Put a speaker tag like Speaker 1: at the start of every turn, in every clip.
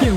Speaker 1: 电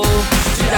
Speaker 2: 知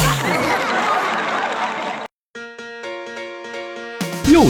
Speaker 1: 又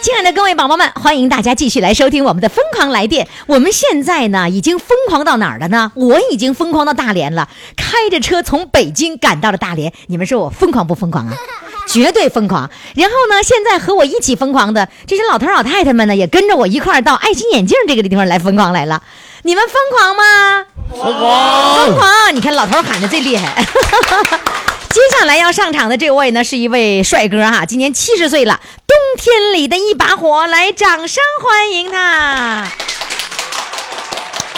Speaker 3: 亲爱的各位宝宝们，欢迎大家继续来收听我们的《疯狂来电》。我们现在呢，已经疯狂到哪儿了呢？我已经疯狂到大连了，开着车从北京赶到了大连。你们说我疯狂不疯狂啊？绝对疯狂！然后呢，现在和我一起疯狂的这些老头老太太们呢，也跟着我一块儿到爱心眼镜这个地方来疯狂来了。你们疯狂吗？”。疯狂！你看老头喊的最厉害。接下来要上场的这位呢，是一位帅哥哈，今年七十岁了，冬天里的一把火，来，掌声欢迎他！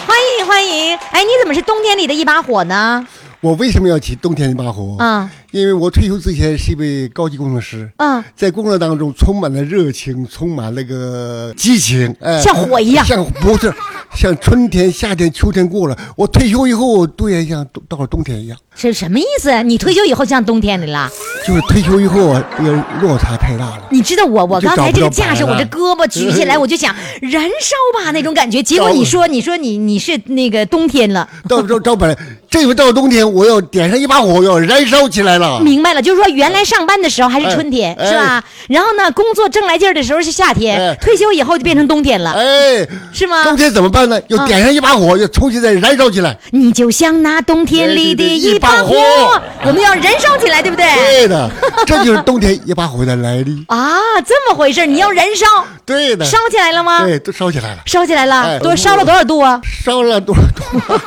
Speaker 3: 欢迎欢迎！哎，你怎么是冬天里的一把火呢？
Speaker 4: 我为什么要提冬天的巴火？
Speaker 3: 啊，
Speaker 4: 因为我退休之前是一位高级工程师，
Speaker 3: 嗯，
Speaker 4: 在工作当中充满了热情，充满那个激情，哎，
Speaker 3: 像火一样
Speaker 4: 像不是，像春天、夏天、秋天过了，我退休以后，我突然像到了冬天一样，
Speaker 3: 是什么意思？你退休以后就像冬天里了？
Speaker 4: 就是退休以后啊，这个落差太大 了。
Speaker 3: 你知道我我
Speaker 4: 就
Speaker 3: 刚
Speaker 4: 找
Speaker 3: 才
Speaker 4: 不
Speaker 3: 这个
Speaker 4: 着
Speaker 3: 架
Speaker 4: 白
Speaker 3: 势，我这
Speaker 4: 了
Speaker 3: 胳膊举起来，我就想燃烧吧那种感觉。结果
Speaker 4: 找
Speaker 3: 你
Speaker 4: 不
Speaker 3: 说你说你你是那个冬天了。
Speaker 4: 到到到本来，这回到冬天，我要点上一把火，我要燃烧起来了。
Speaker 3: 明白了，就是说原来上班的时候还是春天，
Speaker 4: 哎
Speaker 3: 是吧？然后呢，工作正来劲儿的时候是夏天，
Speaker 4: 哎
Speaker 3: 退休以后就变成冬天了，
Speaker 4: 哎，
Speaker 3: 是吗？啊
Speaker 4: 冬天怎么办呢？要点上一把火，要重新再燃烧起来。
Speaker 3: 你就像那冬天里的一把火
Speaker 4: 一把火，
Speaker 3: 我们要燃烧起来，对不对？
Speaker 4: 对的，这就是冬天一把火的来历。
Speaker 3: 啊，这么回事儿，你要燃烧，
Speaker 4: 对的，
Speaker 3: 烧起来了吗？
Speaker 4: 对，都烧起来了，
Speaker 3: 烧起来了，
Speaker 4: 哎
Speaker 3: 多
Speaker 4: 我
Speaker 3: 烧了多少度啊？
Speaker 4: 烧了多少 度？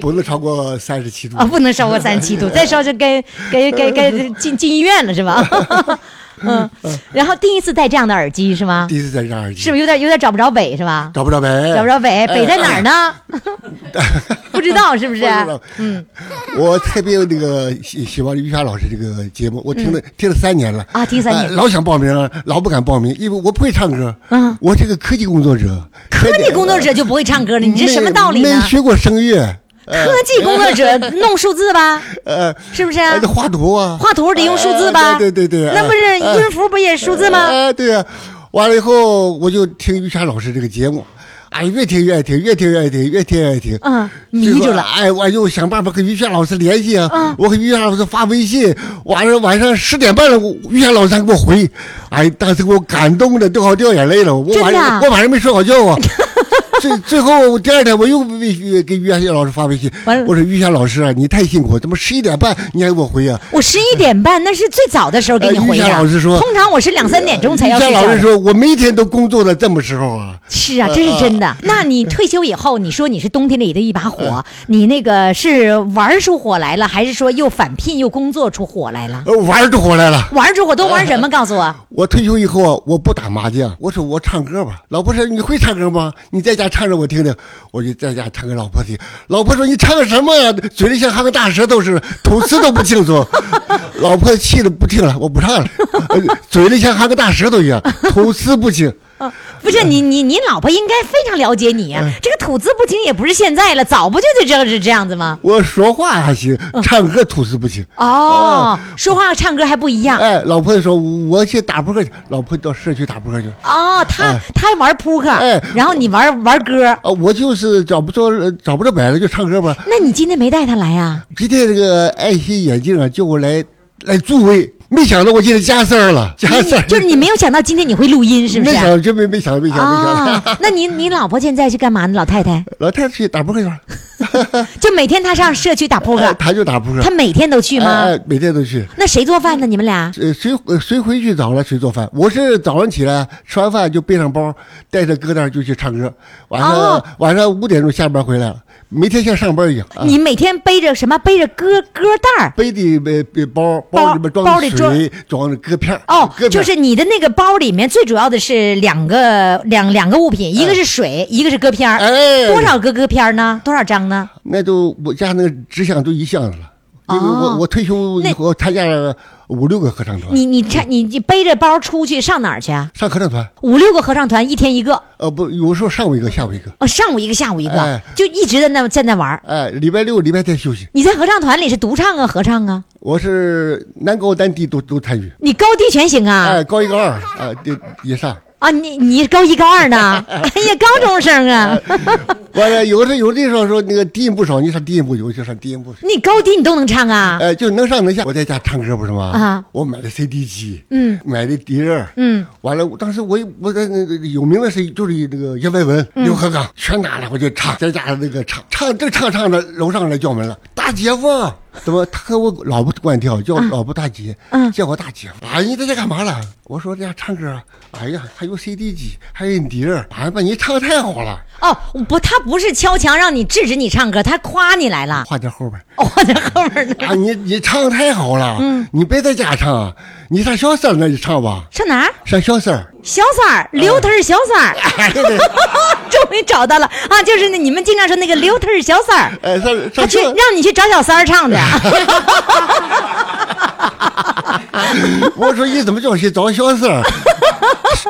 Speaker 4: 不能超过三十七度
Speaker 3: 啊，不能烧过三十七度，
Speaker 4: 哎
Speaker 3: 再烧就该该该该进进医院了，是吧？ 嗯，然后第一次戴这样的耳机是吗？
Speaker 4: 哎第一次戴上耳机，
Speaker 3: 是不是有点有点找不着北是吧？
Speaker 4: 找不着北？哎
Speaker 3: 找不 着北，北在哪儿呢？不知道是不是？啊
Speaker 4: 嗯，我特别有那个喜喜欢于霞老师这个节目，我听了听了三年了
Speaker 3: 啊听三年
Speaker 4: 哎老想报名了，老不敢报名，因为我不会唱歌。
Speaker 3: 嗯
Speaker 4: 我这个科技工作者，科
Speaker 3: 科技工作者就不会唱歌了，你这什么道理
Speaker 4: 没
Speaker 3: 呢？
Speaker 4: 学过声乐，
Speaker 3: 科技工作者弄数字 吧，
Speaker 4: 呃，
Speaker 3: 是不是？
Speaker 4: 哎画图啊，
Speaker 3: 画图得用数字吧？
Speaker 4: 哎对对对，
Speaker 3: 那不是
Speaker 4: 哎
Speaker 3: 音符不也数字吗？
Speaker 4: 啊，对呀、完了以后我就听于霞老师这个节目，哎，越听越爱听，越听越爱听，越听越爱听。
Speaker 3: 嗯迷
Speaker 4: 最后
Speaker 3: 住了嗯
Speaker 4: 哎，我又想办法跟于霞老师联系啊，我给于霞老师发微信，晚上晚上十点半了，我于霞老师还给我回，哎，当时给我感动的都好掉眼泪了，我
Speaker 3: 真的
Speaker 4: 晚上我晚上没睡好 觉啊。最最后第二天我又微给于霞老师发微信
Speaker 3: 完了，
Speaker 4: 我说于霞老师啊，你太辛苦，怎么十一点半你还给我回啊呀、
Speaker 3: 我十一点半那是最早的时候给你
Speaker 4: 哎
Speaker 3: 回
Speaker 4: 于
Speaker 3: 的。
Speaker 4: 霞老师说
Speaker 3: 通常我是两三点钟才要
Speaker 4: 于
Speaker 3: 睡
Speaker 4: 霞
Speaker 3: 觉
Speaker 4: 老师
Speaker 3: 的。
Speaker 4: 说，我每天都工作到这么时候啊。
Speaker 3: 是啊，这是真
Speaker 4: 哎
Speaker 3: 的。那你退休以后，你说你是冬天里的一把火，你那个是玩出火来了，还是说又返聘又工作出火来了？
Speaker 4: 呃，玩儿就回来了。
Speaker 3: 玩出火都玩什么？ 告诉我。
Speaker 4: 我退休以后啊，我不打麻将，我说我唱歌吧。老婆说你会唱歌吗？你在家唱着我听听。我就在家唱给老婆听。老婆说你唱个什么呀？嘴里像含个大舌头似的，吐词都不清楚。 老婆气的不听了，我不唱了，呃嘴里像含个大舌头一样，吐词不清。
Speaker 3: 不是你你你老婆应该非常了解你呀、啊这个吐字不清也不是现在了，早不就得这是这样子吗？
Speaker 4: 我说话还行，唱歌吐词不清。
Speaker 3: 哦，嗯说话唱歌还不一样。
Speaker 4: 哎，老婆就说我去打扑克去，老婆到社区打扑克去。
Speaker 3: 哦，他他玩扑克
Speaker 4: 哎，
Speaker 3: 然后你玩玩歌，
Speaker 4: 啊，我就是找不着找不着北了，就唱歌吧。
Speaker 3: 那你今天没带他来啊？
Speaker 4: 今天这个爱心眼镜啊，叫我来来助威，没想到我进了加塞儿了，加塞儿
Speaker 3: 哎就是你没有想到今天你会录音，是不
Speaker 4: 没
Speaker 3: 是？
Speaker 4: 想到，真没没想到，没想到，没想 到。
Speaker 3: 啊，那你你老婆现在是干嘛呢？老太太
Speaker 4: 老太太去打扑克去了，
Speaker 3: 就每天她上社区打扑克，
Speaker 4: 她就打扑克，
Speaker 3: 她呃每天都去吗？
Speaker 4: 哎哎每天都去。
Speaker 3: 那谁做饭呢？你们俩？
Speaker 4: 呃，谁呃谁回去早了谁做饭？我是早上起来吃完饭就背上包，带着歌单就去唱歌，晚上、
Speaker 3: 哦
Speaker 4: 晚上五点钟下班回来了，每天像上班一样。啊、
Speaker 3: 你每天背着什么？背着歌歌袋儿。
Speaker 4: 背的呃呃包
Speaker 3: 包
Speaker 4: 包里面
Speaker 3: 包
Speaker 4: 装
Speaker 3: 里
Speaker 4: 的
Speaker 3: 装
Speaker 4: 水，装的歌片儿
Speaker 3: 哦
Speaker 4: 歌，片
Speaker 3: 就是你的那个包里面最主要的是两个两两个物品，一个是水，一个是歌片儿。
Speaker 4: 嗯哎
Speaker 3: 多少个歌片儿呢？多少张呢？
Speaker 4: 那就我家那个只想就一项了，因为我、
Speaker 3: 哦
Speaker 4: 我退休以后参加了五六个合唱团，
Speaker 3: 你你这你你背着包出去上哪儿去啊？
Speaker 4: 上合唱团，
Speaker 3: 五六个合唱团，一天一个，
Speaker 4: 呃不，有时候上午一个，下午一个，
Speaker 3: 哦，上午一个，下午一个
Speaker 4: 哎，
Speaker 3: 就一直在那在那玩儿。
Speaker 4: 哎，礼拜六礼拜天休息，
Speaker 3: 你在合唱团里是独唱啊，合唱啊，
Speaker 4: 我是男高男低都都参与，
Speaker 3: 你高低全行啊
Speaker 4: 哎，高一高二啊，这也上。
Speaker 3: 啊，你你高一高二 呢？哎呀，高中生啊，
Speaker 4: 哎完了，有的有的时候说那个低音不少，你上低音部去，我就上低音部去。
Speaker 3: 你高低你都能唱啊？
Speaker 4: 哎，就能上能下。我在家唱歌不是吗？
Speaker 3: 啊，
Speaker 4: 我买的 CD 机，
Speaker 3: 嗯，
Speaker 4: 买的碟儿，
Speaker 3: 嗯，
Speaker 4: 完了，当时我我在那个有名的是就是那个叶文文、
Speaker 3: 嗯
Speaker 4: 刘和刚全拿了，我就唱，在家那个唱唱正唱唱着，楼上来叫门了，大姐夫，啊怎么他和我老婆管跳，叫老婆大姐，
Speaker 3: 嗯
Speaker 4: 叫我大姐夫，哎，你在家干嘛了？我说在家唱歌，哎呀，还有 CD 机，还有碟儿，哎呀妈，你唱的太好了，
Speaker 3: 哦，不，他不是敲墙让你制止你唱歌，他夸你来了。
Speaker 4: 话在后边儿。
Speaker 3: 哦，我在后面呢。
Speaker 4: 啊，你你唱得太好了，
Speaker 3: 嗯
Speaker 4: 你别在家唱啊，你上小三儿那里唱吧，
Speaker 3: 上哪儿？
Speaker 4: 上小三儿。
Speaker 3: 小三儿，刘腿儿小三 儿，
Speaker 4: 哎
Speaker 3: 终于找到了啊！就是那你们经常说那个刘腿儿小三儿，
Speaker 4: 哎，上
Speaker 3: 他
Speaker 4: 上
Speaker 3: 去
Speaker 4: 小，
Speaker 3: 让你去找小三儿唱 的。
Speaker 4: 我说你怎么叫去找小三儿？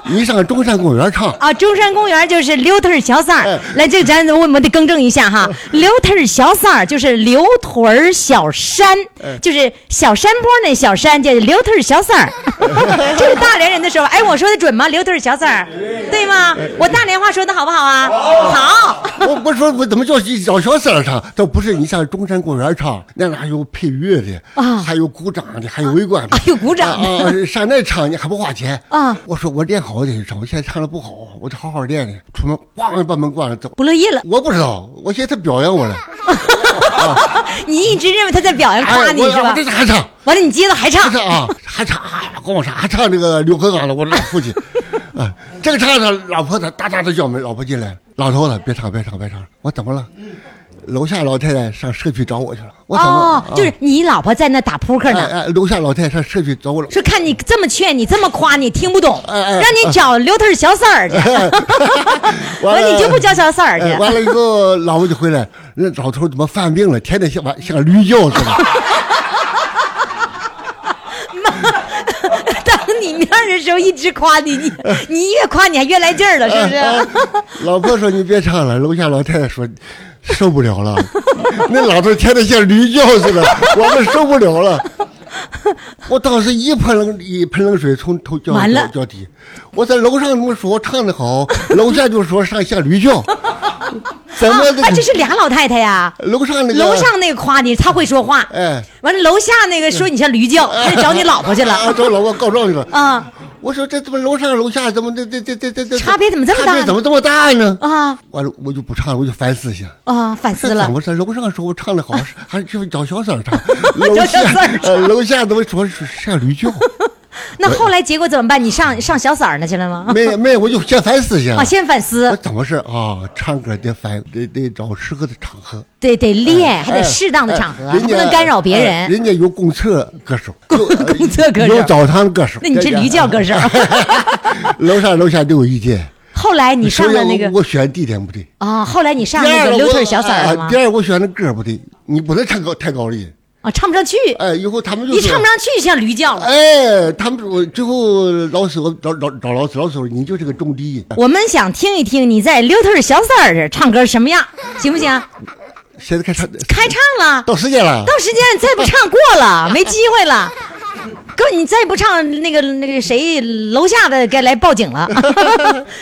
Speaker 4: 你上中山公园唱，
Speaker 3: 啊，中山公园就是刘腿儿小三儿
Speaker 4: 哎。
Speaker 3: 来，这个咱我们得更正一下
Speaker 4: 嗯
Speaker 3: 哈，刘腿儿小三儿就是刘腿儿小山，
Speaker 4: 嗯
Speaker 3: 就是小山坡那小山叫刘腿儿小三儿。 这是大连人的说法，哎，我说的准吗？刘腿儿小三儿，
Speaker 4: 嗯
Speaker 3: 对吗？我大连话说的好不好啊？好。
Speaker 4: 我我说我怎么叫去找小三儿唱？这不是你上中山公园唱，那哪有配乐的
Speaker 3: 啊
Speaker 4: 还有鼓掌的，还有围观的，
Speaker 3: 啊有鼓掌的
Speaker 4: 啊啊上那唱你还不花钱
Speaker 3: 啊？
Speaker 4: 我说我练好得唱，我现在唱的不好，我得好好练练。出门咣把门关了，走。
Speaker 3: 不乐意了，
Speaker 4: 我不知道，我寻思他表扬我了，
Speaker 3: 你一直认为他在表扬夸
Speaker 4: 哎，
Speaker 3: 你
Speaker 4: 我
Speaker 3: 是吧
Speaker 4: 我这？还唱。
Speaker 3: 完了，你接着还唱
Speaker 4: 还，唱啊，还唱啊，光我唱，还唱这个刘和刚了，我老父亲， 啊，这个唱着，老婆她哒哒的叫门，老婆进来，老头子别唱，别唱，别唱，我怎么了？楼下老太太上社区找我去了，我怎么？
Speaker 3: 哦，
Speaker 4: 啊
Speaker 3: 就是你老婆在那打扑克
Speaker 4: 哎
Speaker 3: 呢，
Speaker 4: 哎，楼下老太太上社区 找我了，
Speaker 3: 说看你这么劝你，这么夸你，听不懂，
Speaker 4: 哎哎
Speaker 3: 让你找刘腿儿小三儿去， 我
Speaker 4: 嗯完
Speaker 3: 说
Speaker 4: 了
Speaker 3: 你就不叫小三儿
Speaker 4: 哎
Speaker 3: 去。
Speaker 4: 完了以后，老婆就回来，那老头怎么犯病了？天天像像驴叫似的。
Speaker 3: 当你面儿的时候一直夸你，你
Speaker 4: 嗯
Speaker 3: 你越夸你还越来劲儿了， 是不哦
Speaker 4: 哎
Speaker 3: 是？
Speaker 4: 哎老婆说你别唱了，楼下老太太说受不 了了，那老头天天像驴叫似的，我们受不了了。我当时一盆冷一盆冷水从头浇
Speaker 3: 完了
Speaker 4: 浇浇底，我在楼上他们说唱的好，楼下就说上像驴叫，怎
Speaker 3: 啊
Speaker 4: 么的？
Speaker 3: 啊，这是俩老太太呀。
Speaker 4: 楼上那个
Speaker 3: 楼上那个夸你，她会说话。
Speaker 4: 哎，
Speaker 3: 完了，楼下那个说你像驴叫，她找你老婆去
Speaker 4: 嗯 啊，
Speaker 3: 了。
Speaker 4: 找老婆告状去了。
Speaker 3: 啊
Speaker 4: 我说这怎么楼上楼下怎么这这这这这这
Speaker 3: 差别怎么这么大
Speaker 4: 差别怎么这么大呢？
Speaker 3: 啊
Speaker 4: 完了，我就不唱了，我就反思一下。
Speaker 3: 啊！反思
Speaker 4: 这
Speaker 3: 了
Speaker 4: 怎。么在楼上说我唱的好，还是去找小 三儿唱？楼
Speaker 3: 找小
Speaker 4: 下
Speaker 3: 三儿唱
Speaker 4: 呃楼下怎么说是像驴 叫？
Speaker 3: 那后来结果怎么办？你上上小三儿那去了吗？
Speaker 4: 没没，我就先反思一下
Speaker 3: 啊，。先反
Speaker 4: 我
Speaker 3: 思，
Speaker 4: 怎么是啊？唱歌得反得得找适合的场合，
Speaker 3: 得得练，还
Speaker 4: 哎
Speaker 3: 得适当的场合，
Speaker 4: 哎人
Speaker 3: 不
Speaker 4: 家
Speaker 3: 能干扰别
Speaker 4: 哎
Speaker 3: 人。
Speaker 4: 人家有公厕歌手，有呃
Speaker 3: 公厕歌手
Speaker 4: 有澡堂歌手。
Speaker 3: 那你这驴叫歌手，
Speaker 4: 哎楼上楼下都有意见。
Speaker 3: 后来你上了那
Speaker 4: 首
Speaker 3: 个
Speaker 4: 先我我选地点不对，
Speaker 3: 啊，后来你上那个
Speaker 4: 我
Speaker 3: 溜腿小三儿了
Speaker 4: 啊
Speaker 3: 吗
Speaker 4: 第？二我选的歌不对，你不能唱高太高了音。
Speaker 3: 啊，唱不上去，
Speaker 4: 哎，以后他们就
Speaker 3: 你
Speaker 4: 说
Speaker 3: 唱不上去像驴叫了。
Speaker 4: 哎，他们我最后老师我找找找老师，老师说你就是个中低音，
Speaker 3: 我们想听一听你在溜腿小三儿这唱歌什么样，行不行？
Speaker 4: 现在开始
Speaker 3: 开唱了，
Speaker 4: 到时间了，
Speaker 3: 到时间再不唱过了，没机会了。哥，你再不唱那个那 个谁，楼下的该来报警了。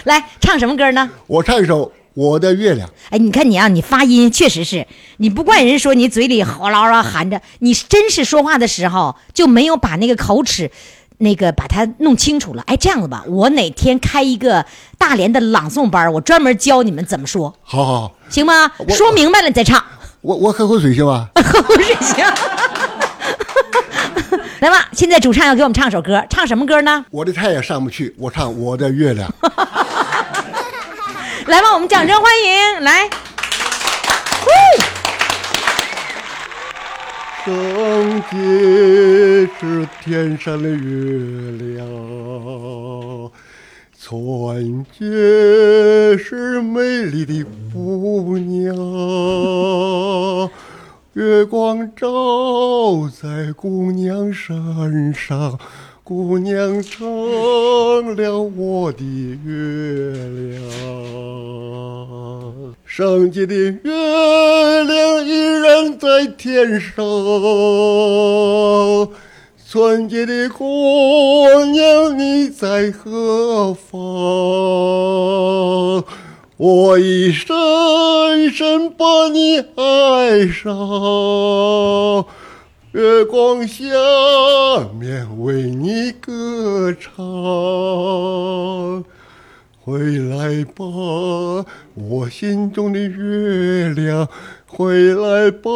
Speaker 3: 来唱什么歌呢？
Speaker 4: 我唱一首《
Speaker 5: 我的月亮。
Speaker 3: 哎，你看你啊，你发音确实是，你不怪人说你嘴里吼啦啦含着，你真是说话的时候就没有把那个口齿，那个把它弄清楚了。哎，这样子吧，我哪天开一个大连的朗诵班，我专门教你们怎么说，
Speaker 5: 好好好，
Speaker 3: 行吗？
Speaker 5: 我
Speaker 3: 说明白了你再唱，
Speaker 5: 我我喝口水行吧？
Speaker 3: 不是行。 来吧，现在主唱要给我们唱首歌，唱什么歌呢？
Speaker 5: 我的太阳上不去，我唱我的月亮。
Speaker 3: 来吧，我们掌声欢迎！来，
Speaker 5: 上界是天上的月亮，穿越是美丽的姑娘。月光照在姑娘身上，姑娘成了我的月亮。上界的月亮依然在天上，纯洁的姑娘你在何方？我已深深把你爱上，月光下面为你歌唱。回来吧，我心中的月亮，回来吧，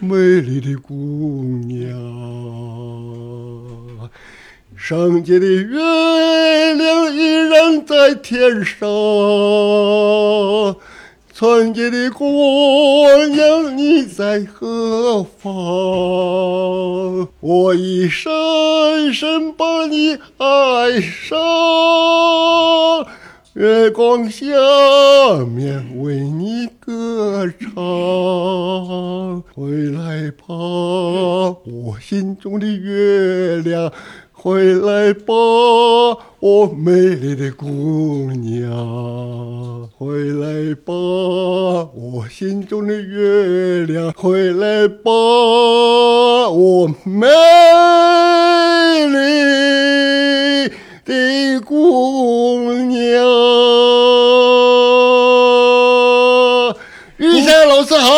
Speaker 5: 美丽的姑娘。上界的月亮依然在天上，纯洁的姑娘你在何方？我已深深把你爱上，月光下面为你歌唱。回来吧，我心中的月亮。回来吧，我美丽的姑娘，回来吧，我心中的月亮，回来吧，我美丽的姑娘。玉山老师好，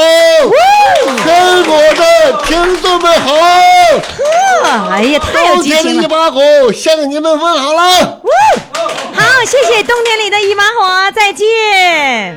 Speaker 5: 全国的听众们好。哦
Speaker 3: 呵，哎呀，太有
Speaker 5: 冬
Speaker 3: 激
Speaker 5: 天
Speaker 3: 情
Speaker 5: 的一
Speaker 3: 了！
Speaker 5: 把火向你们问好了。
Speaker 3: 好，谢谢冬天里的一把火，再见。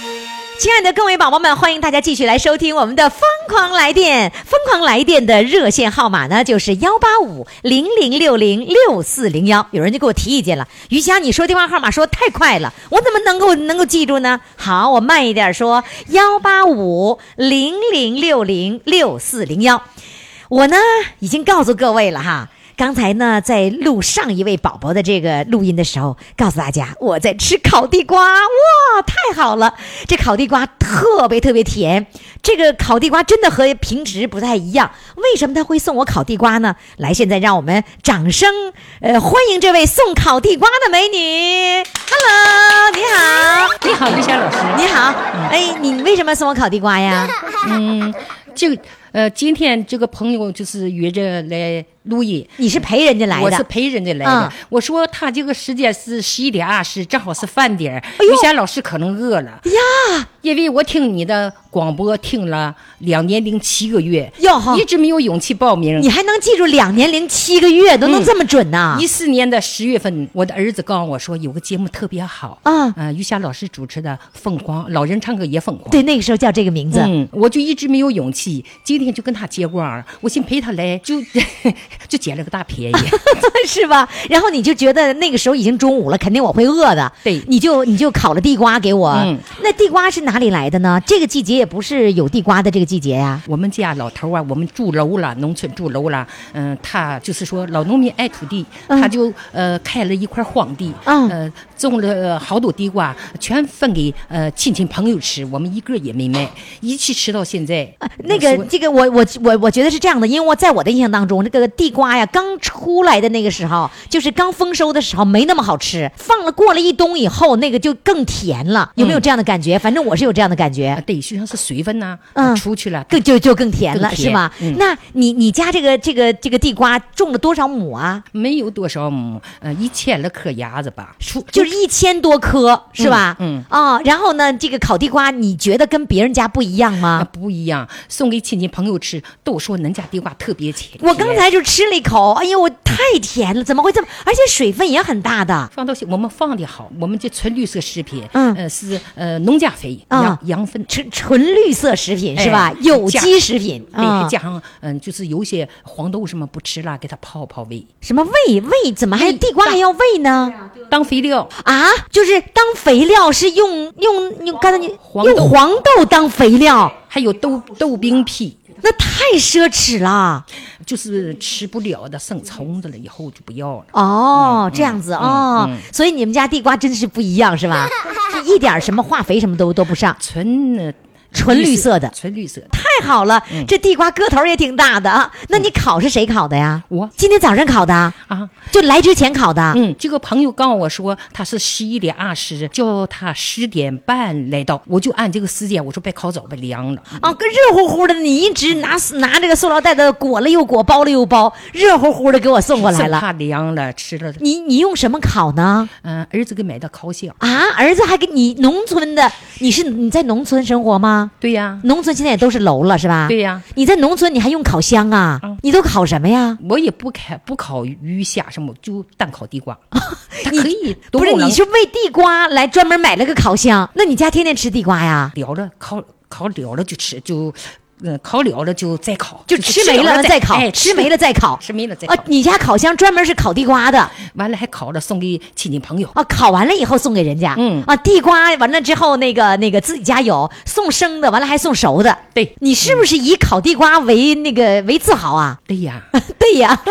Speaker 3: 亲爱的各位宝宝们，欢迎大家继续来收听我们的《疯狂来电》。疯狂来电的热线号码呢，就是幺八五零零六零六四零幺。有人就给我提意见了，于霞，你说电话号码说太快了，我怎么能够能够记住呢？好，我慢一点说，幺八五零零六零六四零幺。我呢已经告诉各位了哈。刚才呢，在录上一位宝宝的这个录音的时候，告诉大家我在吃烤地瓜，哇，哦太好了！这烤地瓜特别特别甜，这个烤地瓜真的和平时不太一样。为什么他会送我烤地瓜呢？来，现在让我们掌声，呃，欢迎这位送烤地瓜的美女。Hello，你好，
Speaker 6: 你好，于霞老师。
Speaker 3: 你好，哎，你为什么送我烤地瓜 呀？
Speaker 6: 嗯，就呃，今天这个朋友就是约着来录音，
Speaker 3: 你是陪人家来的，
Speaker 6: 我是陪人家来的。
Speaker 3: 嗯
Speaker 6: 我说他这个时间是十一点二十，正好是饭点儿。
Speaker 3: 哎呦
Speaker 6: 于霞老师可能饿了呀，因为我听你的广播听了两年零七个月，
Speaker 3: 哟呵
Speaker 6: 一直没有勇气报名
Speaker 3: 你。还能记住两年零七个月，都
Speaker 6: 嗯
Speaker 3: 能这么准呐？
Speaker 6: 一四年的十月份，我的儿子告诉我说有个节目特别好
Speaker 3: 啊
Speaker 6: 呃，于霞老师主持的《凤凰》，老人唱歌也凤凰。
Speaker 3: 对，那个时候叫这个名字。
Speaker 6: 嗯，我就一直没有勇气，今天就跟他接光了。我寻陪他来，就 就捡了个 大便宜。
Speaker 3: 是吧？然后你就觉得那个时候已经中午了，肯定我会饿的。
Speaker 6: 对
Speaker 3: 你就你就烤了地瓜给我。
Speaker 6: 嗯
Speaker 3: 那地瓜是哪里来的呢？这个季节也不是有地瓜的这个季节呀、
Speaker 6: 我们家老头啊，我们住楼了，农村住楼了。嗯，他就是说老农民爱土地，
Speaker 3: 嗯
Speaker 6: 他就呃开了一块荒地，
Speaker 3: 嗯
Speaker 6: 呃种了好多地瓜，全分给呃亲戚朋友吃，我们一个也没卖，一起吃到现在。
Speaker 3: 那个
Speaker 6: 说
Speaker 3: 这个我我我我觉得是这样的，因为我在我的印象当中，这个地瓜呀刚出来的那个时候，就是刚丰收的时候没那么好吃，放了过了一冬以后，那个就更甜了，有没有这样的感
Speaker 6: 嗯
Speaker 3: 觉？反正我是有这样的感
Speaker 6: 啊
Speaker 3: 觉。
Speaker 6: 对，就像是水分呐、啊
Speaker 3: 嗯
Speaker 6: 出去了，
Speaker 3: 更就就更甜了，
Speaker 6: 更甜
Speaker 3: 是吧？
Speaker 6: 嗯
Speaker 3: 那你你家这个这个这个地瓜种了多少亩啊？
Speaker 6: 没有多少亩，呃，一千来颗芽子吧，出
Speaker 3: 就是一千多颗，是吧？
Speaker 6: 嗯
Speaker 3: 啊、然后呢，这个烤地瓜，你觉得跟别人家不一样
Speaker 6: 啊
Speaker 3: 吗？
Speaker 6: 不一样，送给亲戚朋友吃，都说恁家地瓜特别甜。
Speaker 3: 我刚才就吃了一口，哎呦，我太甜了，怎么会这么？而且水分也很大的。
Speaker 6: 放到我们放的好，我们这纯绿色食品，
Speaker 3: 嗯
Speaker 6: 呃是呃农家肥，
Speaker 3: 嗯
Speaker 6: 羊羊粪。
Speaker 3: 纯纯绿色食品
Speaker 6: 哎
Speaker 3: 是吧？
Speaker 6: 加
Speaker 3: 有机食品
Speaker 6: 对，还
Speaker 3: 啊，
Speaker 6: 加上嗯，就是有些黄豆什么不吃了，给它泡泡胃，
Speaker 3: 什么喂喂？怎么还
Speaker 6: 喂
Speaker 3: 地瓜还要喂呢？
Speaker 6: 当肥料。
Speaker 3: 啊，就是当肥料是用用用刚才你
Speaker 6: 黄豆
Speaker 3: 用黄豆当肥料，
Speaker 6: 还有豆豆冰坯，
Speaker 3: 那太奢侈了。
Speaker 6: 就是吃不了的生虫子了，以后就不要了。
Speaker 3: 哦，这样子哦
Speaker 6: 嗯，
Speaker 3: 所以你们家地瓜真是不一样是 吧？是一点什么化肥什么都都不上，
Speaker 6: 纯呃
Speaker 3: 纯绿色的
Speaker 6: 纯绿色的。
Speaker 3: 太好了。嗯这地瓜个头也挺大的啊。那你烤是谁烤的呀？
Speaker 6: 嗯我
Speaker 3: 今天早上烤的啊
Speaker 6: 啊，
Speaker 3: 就来之前烤的。
Speaker 6: 嗯，这个朋友告诉我说他是十一点二十，叫他十点半来到，我就按这个时间，我说别烤早，别凉了。
Speaker 3: 啊，跟热乎乎的，你一直拿拿这个塑料袋子裹了又裹，包了又包，热乎乎的给我送过来
Speaker 6: 生
Speaker 3: 了。
Speaker 6: 怕凉了，吃了。
Speaker 3: 你你用什么烤呢？
Speaker 6: 嗯，儿子给买的烤箱。
Speaker 3: 啊，儿子还给你农村的，你是你在农村生活吗？
Speaker 6: 对呀、
Speaker 3: 农村现在也都是楼了，是吧？
Speaker 6: 对呀
Speaker 3: 你在农村你还用烤箱啊？
Speaker 6: 嗯
Speaker 3: 你都烤什么呀？
Speaker 6: 我也不烤不烤鱼虾什么，就单烤地瓜。它可以多
Speaker 3: 不是，
Speaker 6: 够了
Speaker 3: 你是为地瓜来专门买了个烤箱，那你家天天吃地瓜呀？
Speaker 6: 聊了烤烤了了就吃就，嗯，烤了了就再烤，
Speaker 3: 就是吃没了再烤，
Speaker 6: 哎，
Speaker 3: 吃没了再烤，
Speaker 6: 吃没了再烤
Speaker 3: 啊！你家烤箱专门是烤地瓜的。
Speaker 6: 完了还烤了送给亲戚朋友。
Speaker 3: 啊，烤完了以后送给人家，
Speaker 6: 嗯
Speaker 3: 啊，地瓜完了之后，那个那个自己家有送生的，完了还送熟的，
Speaker 6: 对
Speaker 3: 你是不是以烤地瓜为那个为自豪啊？
Speaker 6: 对哎呀，
Speaker 3: 对呀，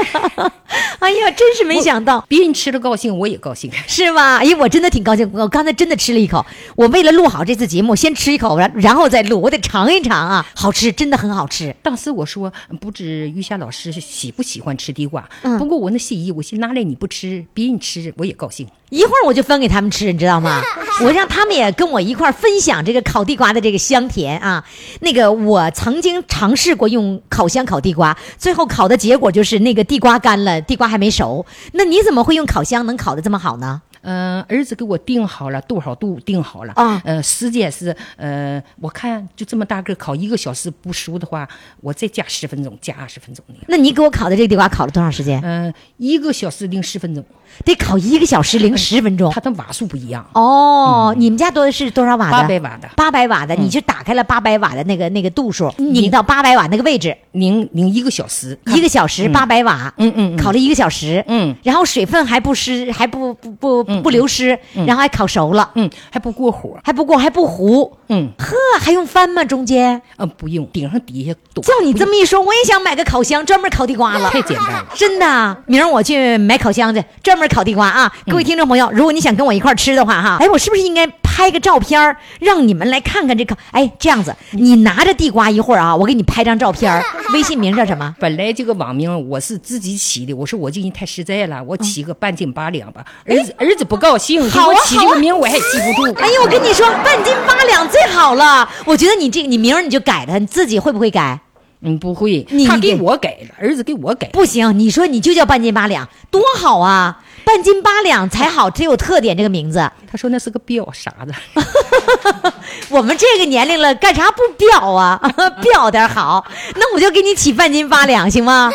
Speaker 3: 哎呀，真是没想到。
Speaker 6: 别人吃了高兴，我也高兴。
Speaker 3: 是吧？哎，我真的挺高兴，我刚才真的吃了一口。我为了录好这次节目，先吃一口，然然后再录，我得尝一尝啊，好吃，真的很好吃。
Speaker 6: 当时我说，嗯不知于霞老师喜不喜欢吃地瓜？
Speaker 3: 嗯
Speaker 6: 不过我那心意，我寻拿来你不吃，别人吃我也高兴。
Speaker 3: 一会儿我就分给他们吃，你知道 吗？我让他们也跟我一块儿分享这个烤地瓜的这个香甜啊。那个我曾经尝试过用烤箱烤地瓜，最后烤的结果就是那个地瓜干了，地瓜还没熟。那你怎么会用烤箱能烤的这么好呢？
Speaker 6: 嗯、儿子给我定好了多少度，定好了。
Speaker 3: 啊
Speaker 6: 呃，时间是呃，我看就这么大个儿烤一个小时不熟的话，我再加十分钟，加二十分钟那样。
Speaker 3: 那你给我烤的这个地瓜烤了多长时间？
Speaker 6: 嗯、一个小时零十分钟，
Speaker 3: 得烤一个小时零十分钟
Speaker 6: 它。的瓦数不一样，
Speaker 3: 哦，你们家多是多少瓦的？
Speaker 6: 八百瓦的，
Speaker 3: 八百瓦的，
Speaker 6: 嗯
Speaker 3: 你就打开了八百瓦的那个那个度数，拧到八百瓦那个位置，
Speaker 6: 拧拧一个小时，
Speaker 3: 一个小时八百瓦，
Speaker 6: 嗯嗯嗯
Speaker 3: 烤了一个小时，
Speaker 6: 嗯，
Speaker 3: 然后水分还不湿，还不不不不流失，然后还烤熟了，
Speaker 6: 嗯，还不过火，
Speaker 3: 还不过还不糊，
Speaker 6: 嗯，
Speaker 3: 呵，还用翻吗？中间
Speaker 6: 嗯，不用，顶上底下躲。
Speaker 3: 照你这么一说，我也想买个烤箱专门烤地瓜了。
Speaker 6: 太简单了。
Speaker 3: 真的啊，明儿我去买烤箱去，专门烤地瓜啊！各位听众朋友，如果你想跟我一块儿吃的话，哈，哎，我是不是应该拍个照片儿让你们来看看这个？哎，这样子，你拿着地瓜一会儿啊，我给你拍张照 片儿微信名叫什么？
Speaker 6: 本来这个网名我是自己起的，我说我这人太实在了，我起个半斤八两吧。儿子儿子不高兴，给
Speaker 3: 哎好啊
Speaker 6: 我起这个名我还记不住。
Speaker 3: 哎呦，我跟你说，半斤八两最好了。我觉得你这，你明儿你就改它，你自己会不会改？
Speaker 6: 嗯，不会
Speaker 3: 你，
Speaker 6: 他
Speaker 3: 你
Speaker 6: 给
Speaker 3: 给
Speaker 6: 我改了，儿子给我改。
Speaker 3: 不行，你说你就叫半斤八两，多好啊！半斤八两才好，只有特点这个名字。
Speaker 6: 他说那是个表啥 的，
Speaker 3: 我们这个年龄了，干啥不表啊？ 表点好，那我就给你起半斤八两，行吗？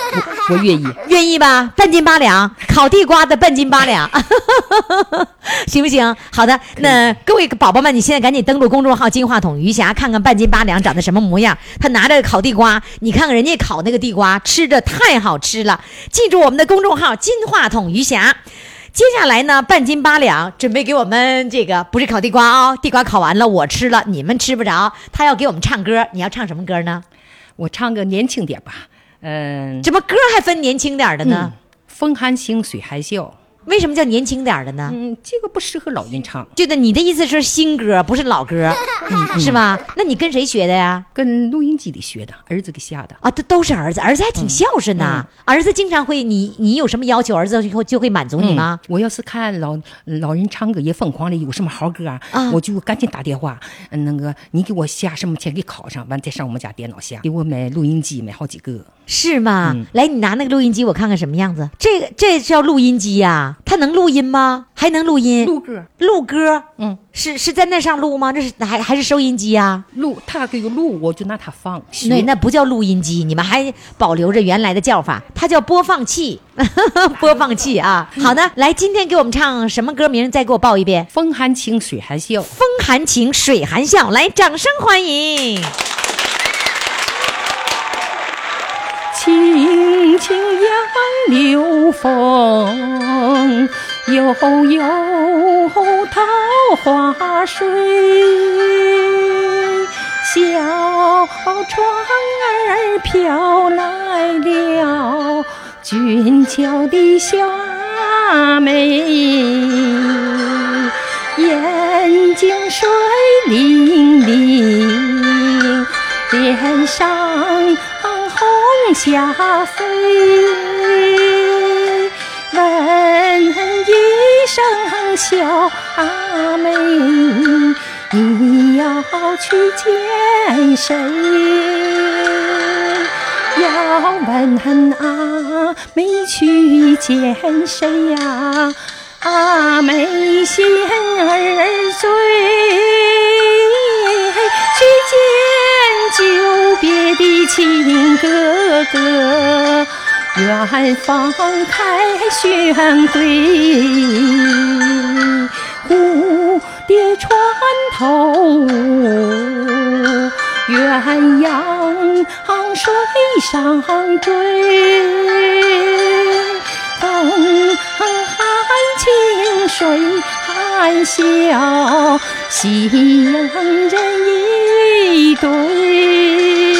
Speaker 6: 我愿意。
Speaker 3: 愿意吧？半斤八两，烤地瓜的半斤八两， 行不行？好的，那各位宝宝们，你现在赶紧登录公众号“金话筒余霞”，看看半斤八两长得什么模样。他拿着烤地瓜，你看看人家烤那个地瓜，吃的太好吃了。记住我们的公众号“金话筒余霞”。接下来呢，半斤八两准备给我们这个不是烤地瓜啊、地瓜烤完了我吃了，你们吃不着。他要给我们唱歌，你要唱什么歌呢？
Speaker 6: 我唱个年轻点吧，嗯，
Speaker 3: 怎么歌还分年轻点儿的呢？
Speaker 6: 风含情，水含笑，
Speaker 3: 为什么叫年轻点儿的呢？
Speaker 7: 嗯，这个不适合老人唱，
Speaker 3: 对的，你的意思是新歌，不是老歌，嗯是吧？那你跟谁学的呀？
Speaker 7: 跟录音机里学的，儿子给下的。
Speaker 3: 啊，都都是儿子，儿子还挺孝顺呐、儿子经常会，你你有什么要求，儿子就会就会满足你吗？
Speaker 7: 啊我要是看老老人唱歌也疯狂里有什么好歌啊，
Speaker 3: 啊
Speaker 7: 我就赶紧打电话，嗯那个你给我下什么钱给拷上，完再上我们家电脑下，给我买录音机，买好几个。
Speaker 3: 是吗？来，你拿那个录音机，我看看什么样子。这个这叫录音机呀、它能录音吗？还能录音？
Speaker 7: 录歌
Speaker 3: 录歌？
Speaker 7: 嗯，
Speaker 3: 是是在那上录吗？这是还还是收音机呀、
Speaker 7: 录他给我录，我就拿它放。
Speaker 3: 那那不叫录音机，你们还保留着原来的叫法，它叫播放器， 播放器啊。好的，来，今天给我们唱什么歌名？再给我报一遍。
Speaker 7: 风含情，水含笑。
Speaker 3: 风含情，水含笑，来，掌声欢迎！
Speaker 7: 轻轻杨柳风，悠悠桃花水，小船儿飘来了俊俏的小阿妹。眼睛水灵灵，脸上红霞飞。问一声小阿妹，你要去见谁？要问阿妹去见谁呀、阿妹心儿醉，去见久别的亲哥哥，远方凯旋归。蝴蝶穿头舞，鸳鸯水上追。风含情，水含笑，西洋人一对。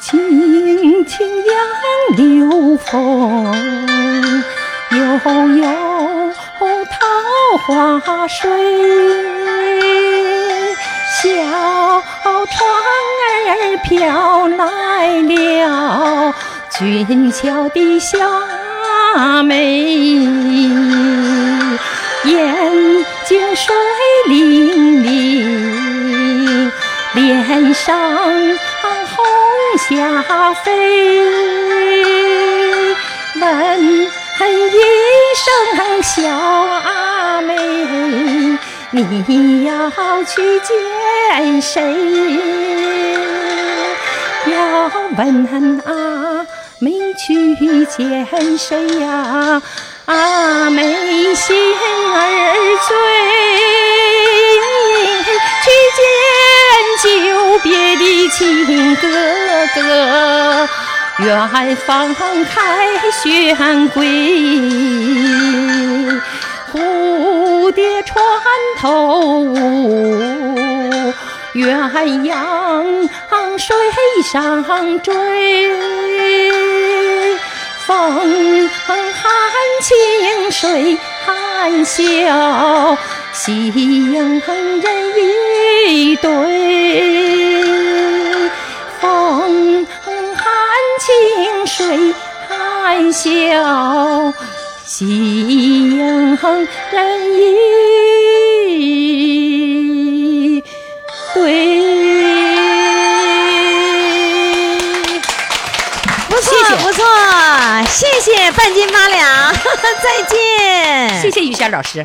Speaker 7: 轻轻杨柳风，悠悠桃花水。小船儿飘来了俊俏的小阿妹。眼睛水灵灵，脸上红霞飞。问一声小阿妹，你要去见谁？要问阿妹去见谁呀、阿妹心儿醉，去见久别的亲哥哥，远方凯旋归。蝴蝶穿头舞，鸳鸯水上追。风含情，水含笑，西洋人一对。风含情，水含笑，西洋人一对。
Speaker 3: 不错，不错，谢谢半斤八两， 再见，
Speaker 7: 谢谢于霞老师。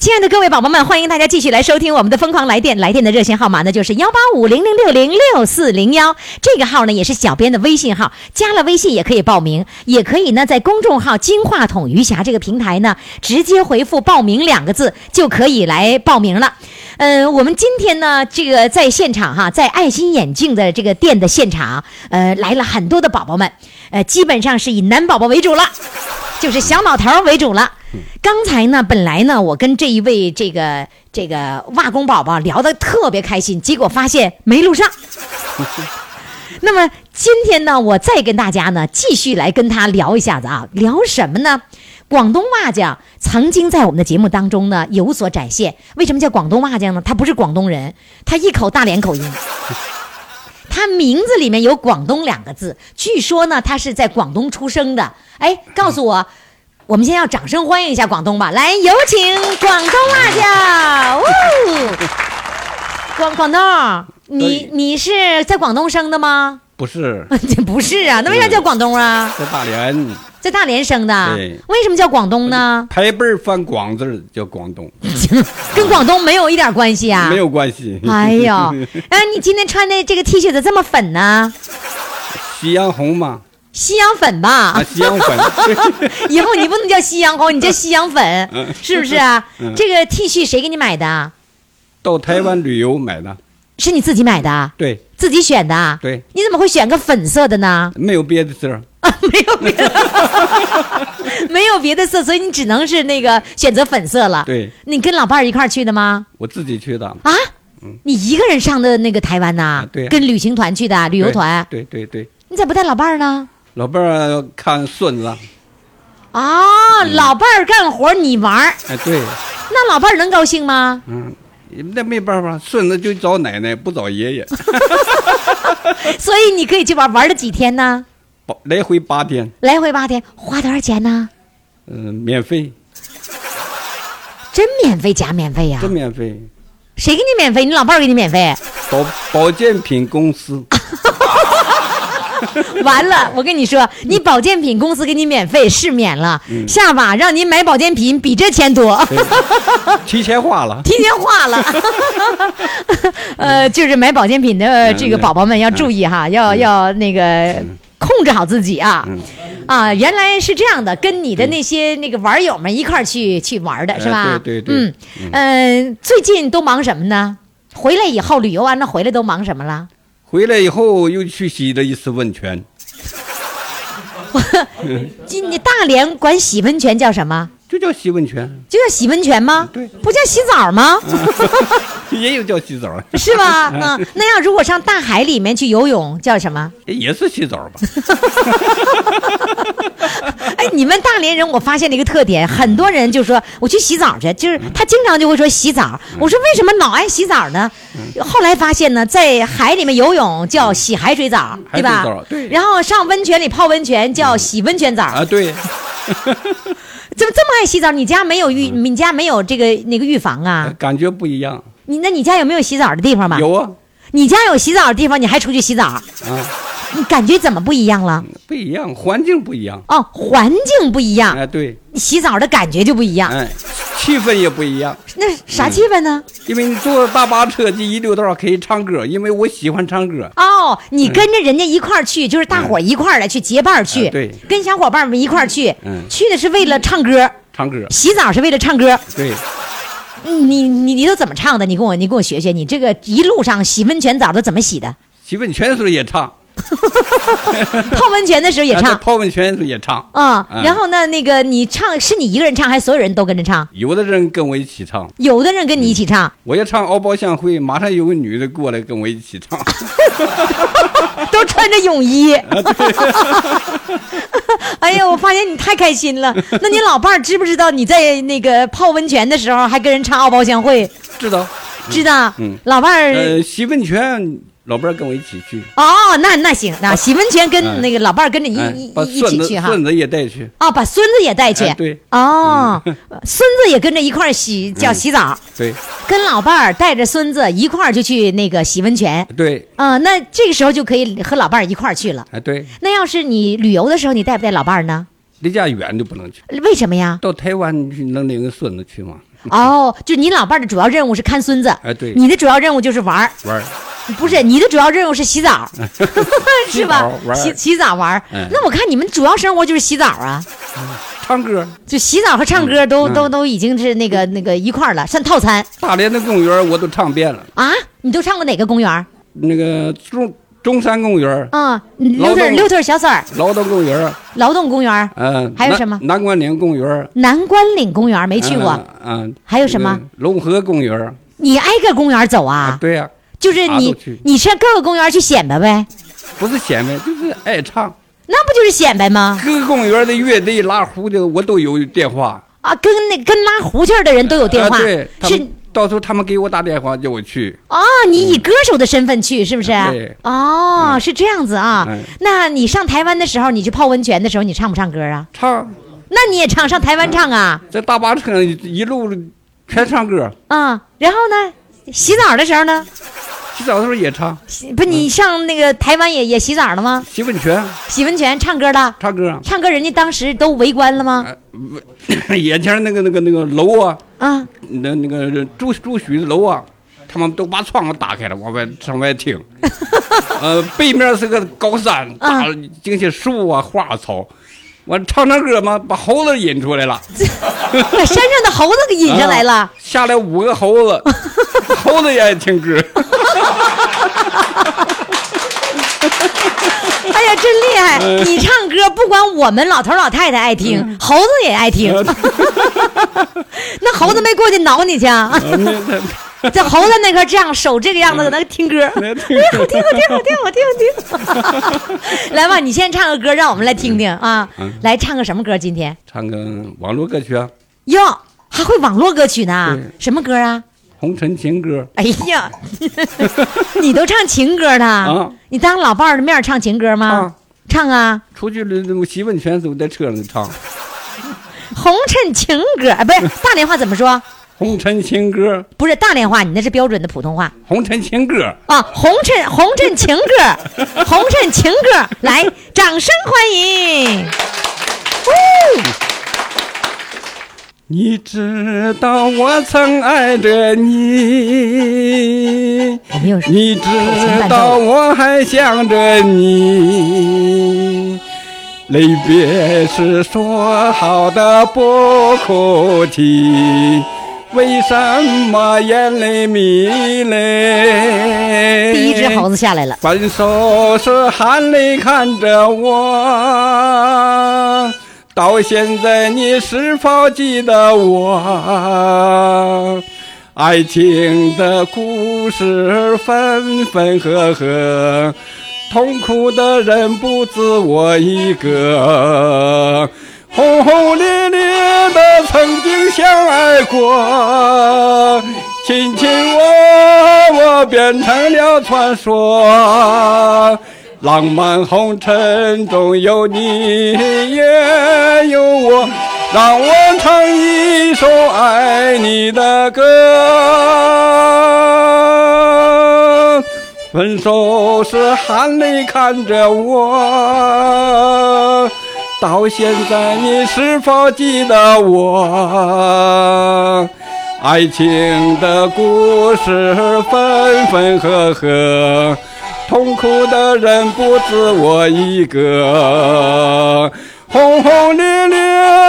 Speaker 3: 亲爱的各位宝宝们，欢迎大家继续来收听我们的《疯狂来电》，来电的热线号码呢就是幺八五零零六零六四零幺，这个号呢也是小编的微信号，加了微信也可以报名，也可以呢在公众号“金话筒余霞”这个平台呢直接回复“报名”两个字就可以来报名了。嗯，我们今天呢，这个在现场哈，在爱心眼镜的这个店的现场，呃，来了很多的宝宝们，呃，基本上是以男宝宝为主了，就是小老头儿为主了。刚才呢，本来呢，我跟这一位这个这个瓦工宝宝聊得特别开心，结果发现没录上。那么今天呢，我再跟大家呢继续来跟他聊一下子啊，聊什么呢？广东辣酱曾经在我们的节目当中呢有所展现。为什么叫广东辣酱呢？他不是广东人，他一口大连口音。他名字里面有“广东”两个字，据说呢，他是在广东出生的。哎，告诉我，我们先要掌声欢迎一下广东吧！来，有请广东辣椒。哦，广广东，你你是在广东生的吗？
Speaker 8: 不是
Speaker 3: 不是啊，那为啥叫广东啊？
Speaker 8: 在大连，
Speaker 3: 在大连生的
Speaker 8: 对，
Speaker 3: 为什么叫广东呢？
Speaker 8: 排辈儿翻广字儿叫广东，
Speaker 3: 跟广东没有一点关系啊？
Speaker 8: 没有关系。
Speaker 3: 哎 呦，哎，你今天穿的这个 T 恤咋这么粉呢？
Speaker 8: 夕阳红嘛，
Speaker 3: 夕阳粉
Speaker 8: 啊，
Speaker 3: 吧？
Speaker 8: 夕阳 粉，
Speaker 3: 以后你不能叫夕阳红，你叫夕阳粉
Speaker 8: 嗯，
Speaker 3: 是不是啊
Speaker 8: 嗯？
Speaker 3: 这个 T 恤谁给你买的？
Speaker 8: 到台湾旅游买的，
Speaker 3: 是你自己买的？
Speaker 8: 对，
Speaker 3: 自己选的？
Speaker 8: 对。
Speaker 3: 你怎么会选个粉色的 呢？
Speaker 8: 没有别的事儿，
Speaker 3: 没有别的，没有别的色，所以你只能是那个选择粉色了。
Speaker 8: 对。
Speaker 3: 你跟老伴儿一块儿去的吗？
Speaker 8: 我自己去的。
Speaker 3: 啊？你一个人上的那个台湾呐
Speaker 8: 嗯啊？对呀
Speaker 3: 跟旅行团去的旅
Speaker 8: 旅
Speaker 3: 游团，
Speaker 8: 对嗯对对，对
Speaker 3: 你咋不带老伴儿呢？
Speaker 8: 老伴儿看孙子，
Speaker 3: 啊，老伴儿干活你玩儿，
Speaker 8: 哎，对，
Speaker 3: 那老伴儿能高兴 吗？
Speaker 8: 嗯，那没办法，孙子就找奶奶，不找爷 爷，
Speaker 3: 所以你可以去玩，玩了几天呢？
Speaker 8: 八来回八天，
Speaker 3: 来回八天，花多少钱呢？
Speaker 8: 嗯，免费，
Speaker 3: 真免费假免费呀、
Speaker 8: 真免费，
Speaker 3: 谁给你免费？你老伴儿给你免费？
Speaker 8: 保保健品 公司，
Speaker 3: 完了，我跟你说，你保健品公司给你免费是免了，
Speaker 8: 嗯
Speaker 3: 下把让您买保健品比这钱多。
Speaker 8: 提前花了，
Speaker 3: 提前化了， 呃，就是买保健品的呃这个宝宝们要注意
Speaker 8: 嗯
Speaker 3: 哈，要要那个控制好自己啊。啊，原来是这样的，跟你的那些那个玩友们一块儿去去玩的是吧
Speaker 8: 嗯哎？对对对
Speaker 3: 嗯嗯，最近都忙什么呢？回来以后旅游完了回来都忙什么了？
Speaker 8: 回来以后又去洗了一次温泉，
Speaker 3: 今你大连管洗温泉叫什么？
Speaker 8: 就叫洗温泉，
Speaker 3: 就叫洗温泉吗？
Speaker 8: 对
Speaker 3: 不叫洗澡吗？
Speaker 8: 也有叫洗澡儿，
Speaker 3: 是吧？嗯，那要如果上大海里面去游泳叫什么？
Speaker 8: 也是洗澡儿吧？
Speaker 3: 哎，你们大连人，我发现了一个特点，很多人就说我去洗澡去，就是他经常就会说洗澡。
Speaker 8: 嗯
Speaker 3: 我说为什么老爱洗澡呢？后来发现呢，在海里面游泳叫洗海水澡，对吧
Speaker 8: 海水澡？对
Speaker 3: 然后上温泉里泡温泉叫洗温泉澡。
Speaker 8: 啊，对，
Speaker 3: 怎么这么爱洗澡？你家没有浴，你家没有这个那个浴房啊？
Speaker 8: 感觉不一样，
Speaker 3: 你那你家有没有洗澡的地方吧？
Speaker 8: 有。啊，
Speaker 3: 你家有洗澡的地方，你还出去洗澡？
Speaker 8: 啊，
Speaker 3: 你感觉怎么不一样了？
Speaker 8: 不一样，环境不一样，
Speaker 3: 哦，环境不一样，
Speaker 8: 哎，对，
Speaker 3: 洗澡的感觉就不一样。
Speaker 8: 哎，气氛也不一样，
Speaker 3: 那啥气氛呢？
Speaker 8: 因为你坐大巴车这一溜道儿可以唱歌，因为我喜欢唱歌，
Speaker 3: 哦，你
Speaker 8: 嗯
Speaker 3: 跟着人家一块儿去，就是大伙儿一块儿来去结伴儿去，
Speaker 8: 哎对
Speaker 3: 跟小伙伴们一块儿去，
Speaker 8: 嗯
Speaker 3: 去的是为了唱歌，
Speaker 8: 唱歌，
Speaker 3: 洗澡是为了唱歌。
Speaker 8: 对，
Speaker 3: 嗯你你你都怎么唱的？你跟我你跟我学学，你这个一路上洗温泉澡都怎么洗的？
Speaker 8: 洗温泉的时候也唱，
Speaker 3: 泡温泉的时候也
Speaker 8: 啊在
Speaker 3: 唱，
Speaker 8: 泡温泉的时候也唱，
Speaker 3: 嗯，
Speaker 8: 嗯
Speaker 3: 然后呢，那个你唱是你一个人唱，还是所有人都跟着唱？
Speaker 8: 有的人跟我一起唱，
Speaker 3: 有的人跟你一起唱，
Speaker 8: 我要唱《敖包相会》，马上有个女的过来跟我一起 唱，
Speaker 3: 都穿着泳衣。
Speaker 8: 啊
Speaker 3: 哎呀，我发现你太开心了。那你老伴儿知不知道你在那个泡温泉的时候还跟人唱《敖包相会》？
Speaker 8: 知道？
Speaker 3: 知道，
Speaker 8: 嗯
Speaker 3: 老伴儿。
Speaker 8: 呃，洗温泉，老伴儿跟我一起去，
Speaker 3: 哦，那那行，那洗温泉
Speaker 8: 哎
Speaker 3: 跟那个老伴儿跟着一
Speaker 8: 哎
Speaker 3: 一，
Speaker 8: 把
Speaker 3: 一一
Speaker 8: 孙
Speaker 3: 起
Speaker 8: 子
Speaker 3: 去哈。
Speaker 8: 孙子也带去，
Speaker 3: 哦，把孙子也带去
Speaker 8: 哎。对嗯
Speaker 3: 哦， 孙子也跟着一块儿洗，叫洗澡，
Speaker 8: 对
Speaker 3: 跟老伴儿带着孙子一块儿就去那个洗温泉。
Speaker 8: 对，
Speaker 3: 啊，那这个时候就可以和老伴儿一块儿去了。
Speaker 8: 哎对，
Speaker 3: 那要是你旅游的时候，你带不带老伴儿呢？
Speaker 8: 离家远就不能去。
Speaker 3: 为什么呀？
Speaker 8: 到台湾去能领个孙子去吗？
Speaker 3: 哦，就你老伴儿的主要任务是看孙子，
Speaker 9: 哎对
Speaker 3: 你的主要任务就是玩儿，
Speaker 9: 玩儿，
Speaker 3: 不是你的主要任务是洗 澡，是吧
Speaker 9: 洗澡？玩儿
Speaker 3: 洗洗澡玩儿
Speaker 9: 嗯。
Speaker 3: 那我看你们主要生活就是洗澡啊，
Speaker 9: 唱歌。
Speaker 3: 就洗澡和唱歌都
Speaker 9: 嗯
Speaker 3: 都都已经是那个那个一块儿了，算套餐
Speaker 9: 大连的公园我都唱遍了，
Speaker 3: 啊。你都上过哪个公园儿？
Speaker 9: 那个中中山公园、
Speaker 3: 嗯，溜
Speaker 9: 劳
Speaker 3: 腿
Speaker 9: 动
Speaker 3: 溜腿小嘴儿，
Speaker 9: 劳动公园，
Speaker 3: 劳动公园儿，
Speaker 9: 嗯，
Speaker 3: 还有
Speaker 9: 南
Speaker 3: 什么
Speaker 9: 南关岭公园
Speaker 3: 南关岭公园儿没去过。
Speaker 9: 嗯，嗯
Speaker 3: 还有什么？
Speaker 9: 那个龙河公园
Speaker 3: 你挨个公园儿走啊？
Speaker 9: 对呀，
Speaker 3: 就是
Speaker 9: 啥
Speaker 3: 你
Speaker 9: 都去
Speaker 3: 你上各个公园儿去显摆呗，
Speaker 9: 不是显摆，就是爱唱。
Speaker 3: 那不就是显摆吗？
Speaker 9: 各个公园的乐队、拉胡的，我都有电话。
Speaker 3: 啊，跟那跟拉胡琴儿的人都有电话，
Speaker 9: 啊对，他
Speaker 3: 是
Speaker 9: 们到时候他们给我打电话叫我去。
Speaker 3: 哦，你以歌手的身份去是不是？
Speaker 9: 啊对
Speaker 3: 哦，是这样子啊。
Speaker 9: 嗯
Speaker 3: 那你上台湾的时候，你去泡温泉的时候，你唱不唱歌啊？
Speaker 9: 唱，
Speaker 3: 那你也唱上台湾唱啊？
Speaker 9: 在大巴车上一路全唱歌，
Speaker 3: 嗯，然后呢，洗澡的时候呢，
Speaker 9: 洗澡的时候也唱，
Speaker 3: 洗不
Speaker 9: 嗯
Speaker 3: 你上那个台湾也也洗澡了吗？
Speaker 9: 洗温泉
Speaker 3: 洗温泉唱歌了，
Speaker 9: 唱歌，啊
Speaker 3: 唱歌人家当时都围观了吗？
Speaker 9: 呃 眼前那个那个那个楼啊，
Speaker 3: 啊，
Speaker 9: 那那个朱朱许的楼啊，他们都把窗户打开了，往外上外听。呃，背面是个高山，大这些树啊、花草。我唱唱歌嘛，把猴子引出来了，
Speaker 3: 啊把山上的猴子给引上来了。
Speaker 9: 啊下来五个猴子，猴子也爱听歌。
Speaker 3: 哎嗯呀，真厉害！你唱歌不光我们老头老太太爱听，猴子也爱 听。那猴子没过去挠你去啊？ 这猴子那块这样手这个样子搁那听歌，哎呀，好听好听好听好听好 听！来吧，你先唱个歌，让我们来听听啊！来唱个什么歌？今天
Speaker 9: 唱个网络歌曲啊，
Speaker 3: 哟，还会网络歌曲呢？
Speaker 9: 对
Speaker 3: 什么歌啊？
Speaker 9: 《红尘情歌
Speaker 3: 哎 呀，你都唱情歌
Speaker 9: 啊
Speaker 3: 的？你当老伴儿的面唱情歌吗？唱啊！》，
Speaker 9: 出去了我洗温泉的时候在车上唱《
Speaker 3: 红尘情歌，哎，不是大连话怎么说？
Speaker 9: 红尘情歌》，《
Speaker 3: 不是大连话，你那是标准的普通话
Speaker 9: 红尘情歌》。
Speaker 3: 啊！红尘红尘情歌，红尘情歌，来，掌声欢迎！
Speaker 9: 你知道我曾爱着你，
Speaker 3: 我们又是
Speaker 9: 你知道我还想着你，离别时说好的不哭泣，为什么眼泪迷离？
Speaker 3: 第一只猴子下来了，
Speaker 9: 分手时含泪看着我，到现在你是否记得我？爱情的故事分分合合，痛苦的人不止我一个。轰轰烈烈的曾经相爱过，亲亲我，我变成了传说。浪漫红尘中有你也有我，让我唱一首爱你的歌。分手时含泪看着我，到现在你是否记得我？爱情的故事分分合合，痛苦的人不止我一个。轰轰烈烈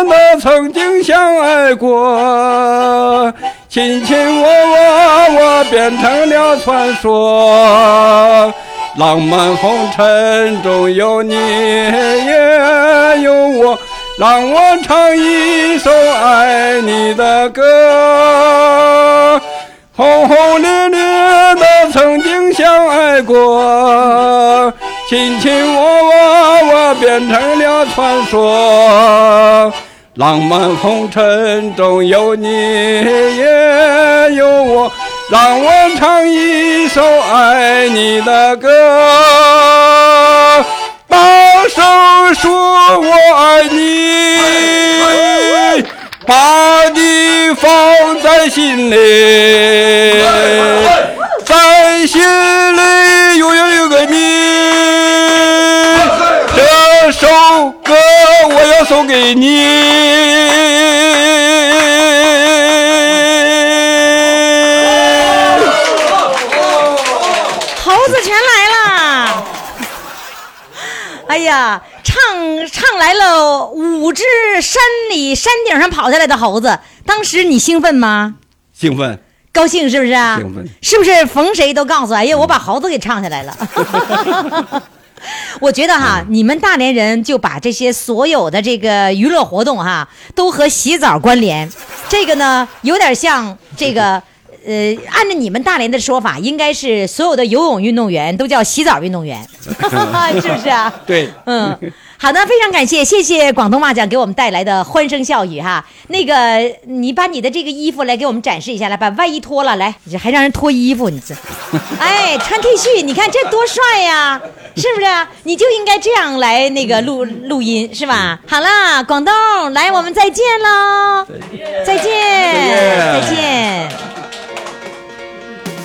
Speaker 9: 的曾经相爱过，亲亲我我我变成了传说。浪漫红尘中有你也有我，让我唱一首爱你的歌。轰轰烈烈的曾经相爱过，卿卿我我我变成了传说。浪漫红尘中有你也有我，让我唱一首爱你的歌。大声说我爱你，把你放在心里，在心里永远有个你。这首歌我要送给你。
Speaker 3: 哎呀，唱唱来了五只山里山顶上跑下来的猴子，当时你兴奋吗？
Speaker 9: 兴奋。
Speaker 3: 高兴是不是啊？
Speaker 9: 兴奋嗯
Speaker 3: 是不是逢谁都告诉哎呀，我把猴子给唱下来 了。 我觉得
Speaker 9: 嗯
Speaker 3: 哈，你们大连人就把这些所有的这个娱乐活动哈，都和洗澡关联。这个呢，有点像这 个，呃，按照你们大连的说法，应该是所有的游泳运动员都叫洗澡运动 员， 是不是啊？
Speaker 9: 对
Speaker 3: 嗯，好的，非常感谢，谢谢广东话讲给我们带来的欢声笑语哈。那个，你把你的这个衣服来给我们展示一下，来把外衣脱了，来，你这还让人脱衣服，你 这，哎，穿 T 恤，你看这多帅呀、是不是啊？你就应该这样来那个录录音是吧？好啦，广东，来，我们再见喽，再见，再
Speaker 9: 再见
Speaker 3: 见。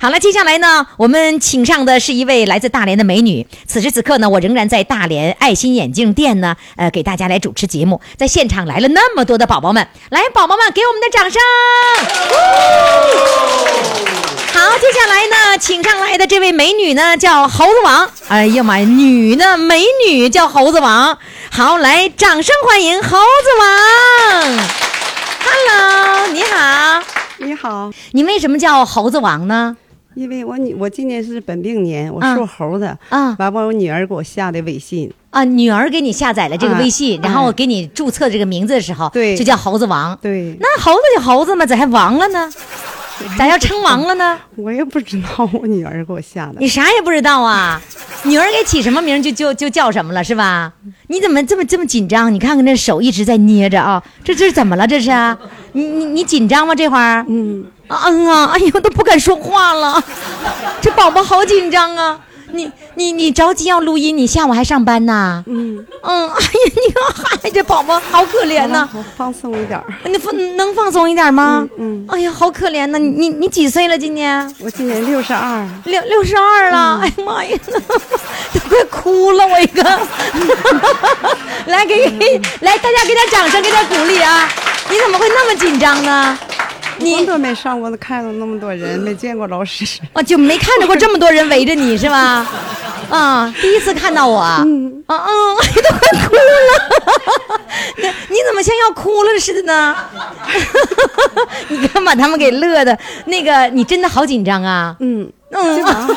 Speaker 3: 好了，接下来呢，我们请上的是一位来自大连的美女。此时此刻呢，我仍然在大连爱心眼镜店呢，呃，给大家来主持节目。在现场来了那么多的宝宝们，来，宝宝们给我们的掌声。好，接下来呢，请上来的这位美女呢叫猴子王。哎呀妈呀，女呢，美女叫猴子王。好，来，掌声欢迎猴子王。Hello，你好，
Speaker 10: 你好，
Speaker 3: 你为什么叫猴子王呢？
Speaker 10: 因为我女我今年是本命年，我
Speaker 3: 啊
Speaker 10: 属猴的
Speaker 3: 啊
Speaker 10: 完完我女儿给我下的微信，
Speaker 3: 啊，女儿给你下载了这个
Speaker 10: 啊
Speaker 3: 微信，然后
Speaker 10: 哎
Speaker 3: 我给你注册这个名字的时候，
Speaker 10: 对
Speaker 3: 就叫猴子王。
Speaker 10: 对
Speaker 3: 那猴子就猴子嘛，咋还王了呢？咋要称王了呢？
Speaker 10: 我也不知道我女儿给我下的
Speaker 3: 你，啥也不知道啊？女儿给起什么名就就就叫什么了是吧？你怎么这么这么紧张？你看看这手一直在捏着啊，这这是怎么了？这是啊？你你你紧张吗？这会儿？
Speaker 10: 嗯，
Speaker 3: 啊嗯啊，哎呦都不敢说话了，这宝宝好紧张啊！你你你着急要录音，你下午还上班呐？
Speaker 10: 嗯
Speaker 3: 嗯，哎呀，你看，哎，这宝宝好可怜呐、
Speaker 10: 好了我放松一点儿，
Speaker 3: 你放能放松一点吗？
Speaker 10: 嗯嗯嗯
Speaker 3: 哎呀，好可怜呐、你你你几岁了？今年
Speaker 10: 我今年六十二，
Speaker 3: 六六十二了。哎呀妈呀，都快哭了我一个。 来给给来，大家给点掌声，给点鼓励啊！你怎么会那么紧张呢？
Speaker 10: 工
Speaker 3: 你嗯
Speaker 10: 作没上过，看到那么多人，没见过老师，
Speaker 3: 啊，就没看着过这么多人围着你是吧？啊，第一次看到我，嗯啊嗯，哎都快哭了， 那你怎么像要哭了似的呢？ 你看把他们给乐的，那个你真的好紧张啊！
Speaker 10: 嗯，
Speaker 3: 嗯
Speaker 10: 这忙，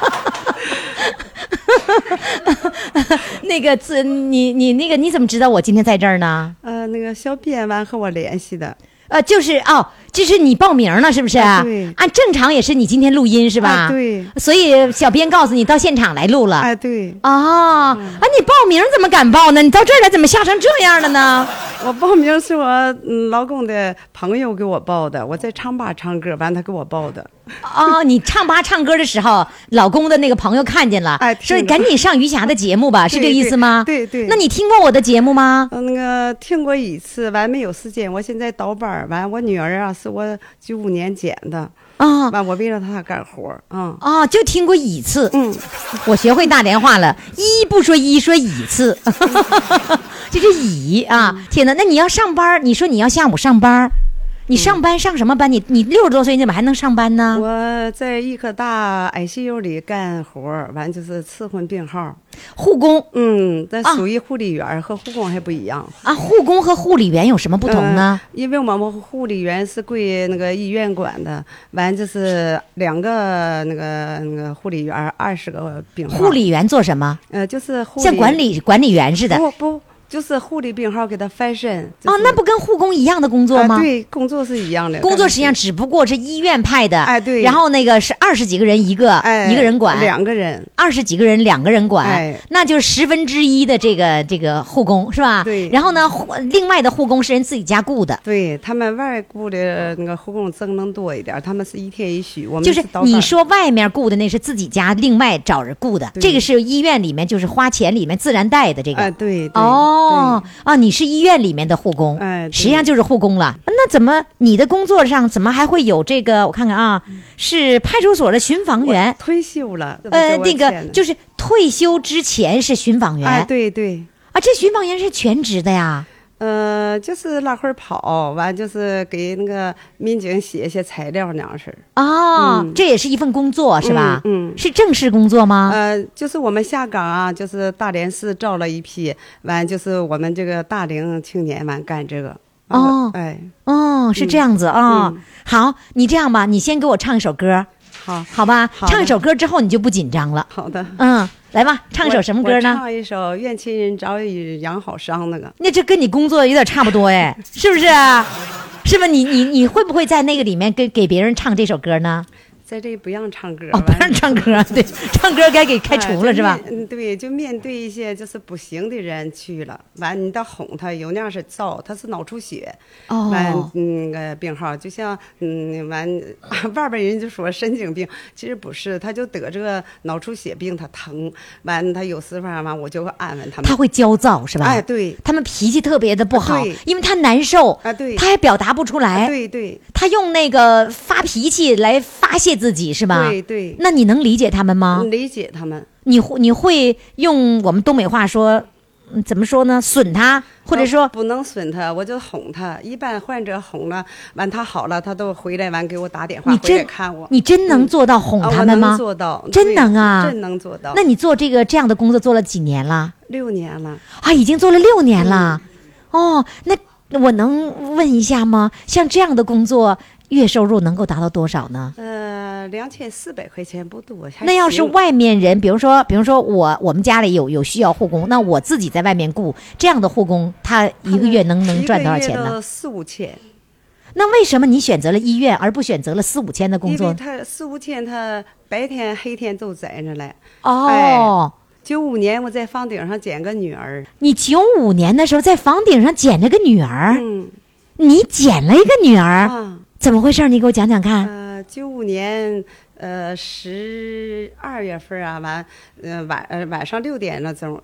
Speaker 3: 那个自你你那个你怎么知道我今天在这儿呢？
Speaker 10: 呃，那个小编完和我联系的，
Speaker 3: 呃，就是哦，这是你报名了是不是？
Speaker 10: 啊对
Speaker 3: 按正常也是你今天录音是吧？
Speaker 10: 啊对
Speaker 3: 所以小编告诉你到现场来录了。
Speaker 10: 哎，对
Speaker 3: 哦，啊，你报名怎么敢报呢？你到这儿来怎么吓成这样了呢？
Speaker 10: 我报名是我嗯老公的朋友给我报的，我在唱吧唱歌，完他给我报的，
Speaker 3: 哦，你唱吧唱歌的时候，老公的那个朋友看见了，
Speaker 10: 哎
Speaker 3: 说
Speaker 10: 听着
Speaker 3: 赶紧上余霞的节目吧，是
Speaker 10: 对
Speaker 3: 这个意思吗？
Speaker 10: 对对对
Speaker 3: 那你听过我的节目吗？
Speaker 10: 呃，那个听过一次，完没有时间。我现在倒班儿，完我女儿啊是我九五年捡的，
Speaker 3: 啊、
Speaker 10: 完我为了她干活儿，嗯
Speaker 3: 哦，就听过一次。
Speaker 10: 嗯，
Speaker 3: 我学会大连话了，一不说一，说乙次， 就是乙啊！天哪，那你要上班儿，你说你要下午上班儿，你上班上什么班？你你六十多岁，你怎么还能上班呢？
Speaker 10: 我在医科大 ICU 里干活儿，完就是次婚病号，
Speaker 3: 护工
Speaker 10: 嗯，但
Speaker 3: 啊
Speaker 10: 属于护理员儿和护工还不一样，
Speaker 3: 啊，护工和护理员有什么不同呢？
Speaker 10: 呃因为我们护理员是归那个医院管的，完就是两个那个那个护理员儿二十个病号，
Speaker 3: 护理员做什么？
Speaker 10: 呃就是呃护
Speaker 3: 像管理管理员似的。
Speaker 10: 不不。就是护理病号给他翻身、就
Speaker 3: 哦，
Speaker 10: 是
Speaker 3: 那不跟护工一样的工作吗？
Speaker 10: 啊？对，工作是一样的，
Speaker 3: 工作
Speaker 10: 但
Speaker 3: 实际上只不过是医院派的，
Speaker 10: 哎对
Speaker 3: 然后那个是二十几个人一个，
Speaker 10: 哎
Speaker 3: 一个人管，
Speaker 10: 两个人，
Speaker 3: 二十几个人，两个人管，
Speaker 10: 哎
Speaker 3: 那就是十分之一的这个这个护工是吧？
Speaker 10: 对
Speaker 3: 然后呢，护另外的护工是人自己家雇的，
Speaker 10: 对他们外雇的那个护工挣能多一点，他们是一天一宿，我们
Speaker 3: 就是
Speaker 10: 倒班
Speaker 3: 你说外面雇的那是自己家另外找人雇的，
Speaker 10: 对
Speaker 3: 这个是医院里面就是花钱里面自然带的这个。
Speaker 10: 啊，对对，
Speaker 3: 哦啊，你是医院里面的护工，
Speaker 10: 哎对
Speaker 3: 实际上就是护工了。那怎么你的工作上怎么还会有这个？我看看啊，是派出所的巡防员，
Speaker 10: 退休了，这不
Speaker 3: 呃，
Speaker 10: 嗯叫我
Speaker 3: 那个
Speaker 10: 欠的
Speaker 3: 就是退休之前是巡防员，
Speaker 10: 哎，对对，
Speaker 3: 啊，这巡防员是全职的呀。
Speaker 10: 呃，就是拉会儿跑，完就是给那个民警写一些材料那样式儿。
Speaker 3: 哦，
Speaker 10: 嗯
Speaker 3: 这也是一份工作是吧？
Speaker 10: 嗯嗯
Speaker 3: 是正式工作吗？
Speaker 10: 呃，就是我们下岗啊，就是大连市招了一批，完就是我们这个大龄青年完干这个。完我
Speaker 3: 哦
Speaker 10: 哎，
Speaker 3: 哦，是这样子啊、
Speaker 10: 嗯
Speaker 3: 好，你这样吧，你先给我唱一首歌，
Speaker 10: 好
Speaker 3: 好吧？
Speaker 10: 好的
Speaker 3: 唱一首歌之后你就不紧张了。
Speaker 10: 好的，
Speaker 3: 嗯，来吧，唱一首
Speaker 10: 我
Speaker 3: 什么
Speaker 10: 我
Speaker 3: 歌呢？
Speaker 10: 唱一首《愿亲人早已养好伤》那个。
Speaker 3: 那这跟你工作有点差不多 哎，是不是？是吧？你你你会不会在那个里面给给别人唱这首歌呢？
Speaker 10: 在这不让唱歌，
Speaker 3: 哦，不
Speaker 10: 完
Speaker 3: 让唱 歌，对，唱歌该给开除了、是吧
Speaker 10: 哎？就面嗯，对，就面对一些就是不行的人去了，完你到哄他，有那样式造，他是脑出血，
Speaker 3: 哦
Speaker 10: 完嗯那个病号，就像嗯完 外边人就说神经病，其实不是，他就得这个脑出血病，他疼，完他有时候完我就会安慰他们，
Speaker 3: 他会焦躁是吧？
Speaker 10: 哎对
Speaker 3: 他们脾气特别的不好
Speaker 10: 啊对，
Speaker 3: 因为他难受
Speaker 10: 啊对
Speaker 3: 他还表达不出来，
Speaker 10: 对对
Speaker 3: 他用那个发脾气来发泄自己是吧？
Speaker 10: 对嗯对
Speaker 3: 那你能理解他们吗？
Speaker 10: 理解他们，
Speaker 3: 你会你会用我们东北话说，嗯怎么说呢？损他，或者说
Speaker 10: 啊不能损他，我就哄他，一般患者哄了，完他好了，他都回来完给我打电话，
Speaker 3: 你
Speaker 10: 回来
Speaker 3: 真
Speaker 10: 看我，
Speaker 3: 你真能做到哄
Speaker 10: 啊，
Speaker 3: 他
Speaker 10: 我
Speaker 3: 们
Speaker 10: 能
Speaker 3: 吗？
Speaker 10: 做到，
Speaker 3: 真
Speaker 10: 对
Speaker 3: 能啊
Speaker 10: 真能做到。
Speaker 3: 那你做这个这样的工作做了几年了？
Speaker 10: 六年了，
Speaker 3: 啊，已经做了六年了。
Speaker 10: 嗯
Speaker 3: 哦，那我能问一下吗？像这样的工作，月收入能够达到多少呢？
Speaker 10: 呃，两千四百块钱不多，还
Speaker 3: 那要是
Speaker 10: 行
Speaker 3: 外面人，比如说，比如说我我们家里有有需要护工，那我自己在外面雇这样的护工，他一个月能能赚多少钱？
Speaker 10: 一个月
Speaker 3: 呢
Speaker 10: 都？四五千，
Speaker 3: 那为什么你选择了医院，而不选择了四五千的工
Speaker 10: 因
Speaker 3: 作
Speaker 10: 为
Speaker 3: 呢？
Speaker 10: 他四五千，他白天黑天都在那嘞。哎
Speaker 3: 哦，
Speaker 10: 九五年我在房顶上捡个女儿，
Speaker 3: 你九五年的时候在房顶上捡了个女儿，
Speaker 10: 嗯
Speaker 3: 你捡了一个女儿，
Speaker 10: 啊，
Speaker 3: 怎么回事儿？你给我讲讲看。
Speaker 10: 呃，九五年。呃，十二月份啊，完，呃晚呃晚上六点那钟，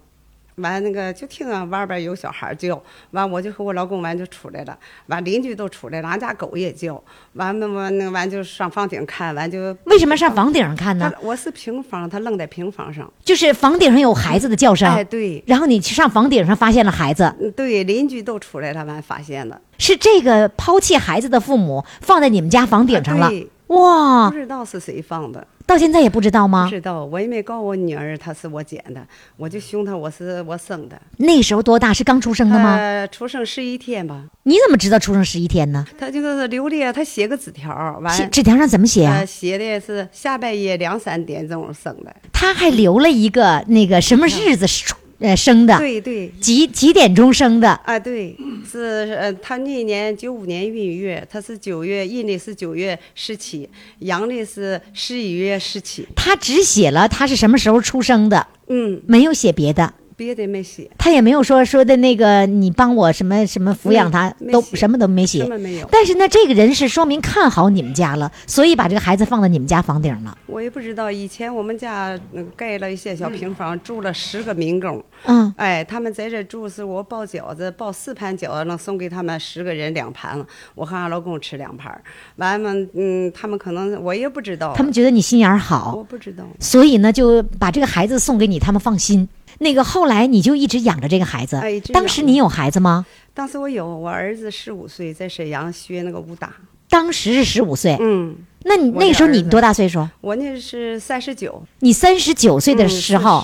Speaker 10: 完那个就听啊外边有小孩叫，完我就和我老公完就出来了，完邻居都出来了，俺家狗也叫，完那么那完就上房顶看，完就
Speaker 3: 为什么上房顶上看呢
Speaker 10: 他？我是平房，他愣在平房上。
Speaker 3: 就是房顶上有孩子的叫声，
Speaker 10: 哎，对，
Speaker 3: 然后你去上房顶上发现了孩子，
Speaker 10: 嗯对，邻居都出来了，完发现了，
Speaker 3: 是这个抛弃孩子的父母放在你们家房顶上了
Speaker 10: 啊对。
Speaker 3: 哇
Speaker 10: 不，知道是谁放的，
Speaker 3: 到现在也不知道
Speaker 10: 不
Speaker 3: 吗？
Speaker 10: 知道，我也没告我女儿，她是我捡的，我就凶她，我是我生的，
Speaker 3: 那时候多大？是刚出生的吗？
Speaker 10: 呃，出生十一天吧，
Speaker 3: 你怎么知道出生十一天呢？
Speaker 10: 她这个流泪，她写个纸条儿，
Speaker 3: 写
Speaker 10: 完，
Speaker 3: 纸条上怎么写啊
Speaker 10: 呃，？写的是下半夜两三点钟生的，
Speaker 3: 他还留了一个那个什么日子出呃生的，
Speaker 10: 对对。
Speaker 3: 几几点钟生的？
Speaker 10: 啊，对，是呃，她那年九五年闰月，她是九月，阴历是九月十七，阳历是十一月十七。
Speaker 3: 他只写了他是什么时候出生的，
Speaker 10: 嗯，
Speaker 3: 没有写别的。
Speaker 10: 别的没写，
Speaker 3: 他也没有说说的那个你帮我什么什么抚养他，
Speaker 10: 没没
Speaker 3: 都
Speaker 10: 写
Speaker 3: 什么都没写
Speaker 10: 什。么没有。
Speaker 3: 但是呢，这个人是说明看好你们家了，所以把这个孩子放到你们家房顶了。
Speaker 10: 我也不知道，以前我们家嗯盖了一些小平房，住了十个民工。
Speaker 3: 嗯，
Speaker 10: 哎，他们在这住是我包饺子，包四盘饺子，能送给他们十个人两盘了。我和俺老公吃两盘儿，完了嘛，嗯，他们可能我也不知道，
Speaker 3: 他们觉得你心眼儿
Speaker 10: 我
Speaker 3: 好，
Speaker 10: 不知道。
Speaker 3: 所以呢就把这个孩子送给你，他们放心。那个后来你就一直养着这个孩子，
Speaker 10: 哎一直养
Speaker 3: 当时你有孩子吗？
Speaker 10: 当时我有我儿子十五岁，在沈阳学那个武打。
Speaker 3: 当时是十五岁，
Speaker 10: 嗯，
Speaker 3: 那你
Speaker 10: 我
Speaker 3: 那
Speaker 10: 的
Speaker 3: 时候
Speaker 10: 儿
Speaker 3: 你
Speaker 10: 子
Speaker 3: 多大岁数？
Speaker 10: 我那是三十九
Speaker 3: 你三十九岁
Speaker 10: 嗯
Speaker 3: 的时候，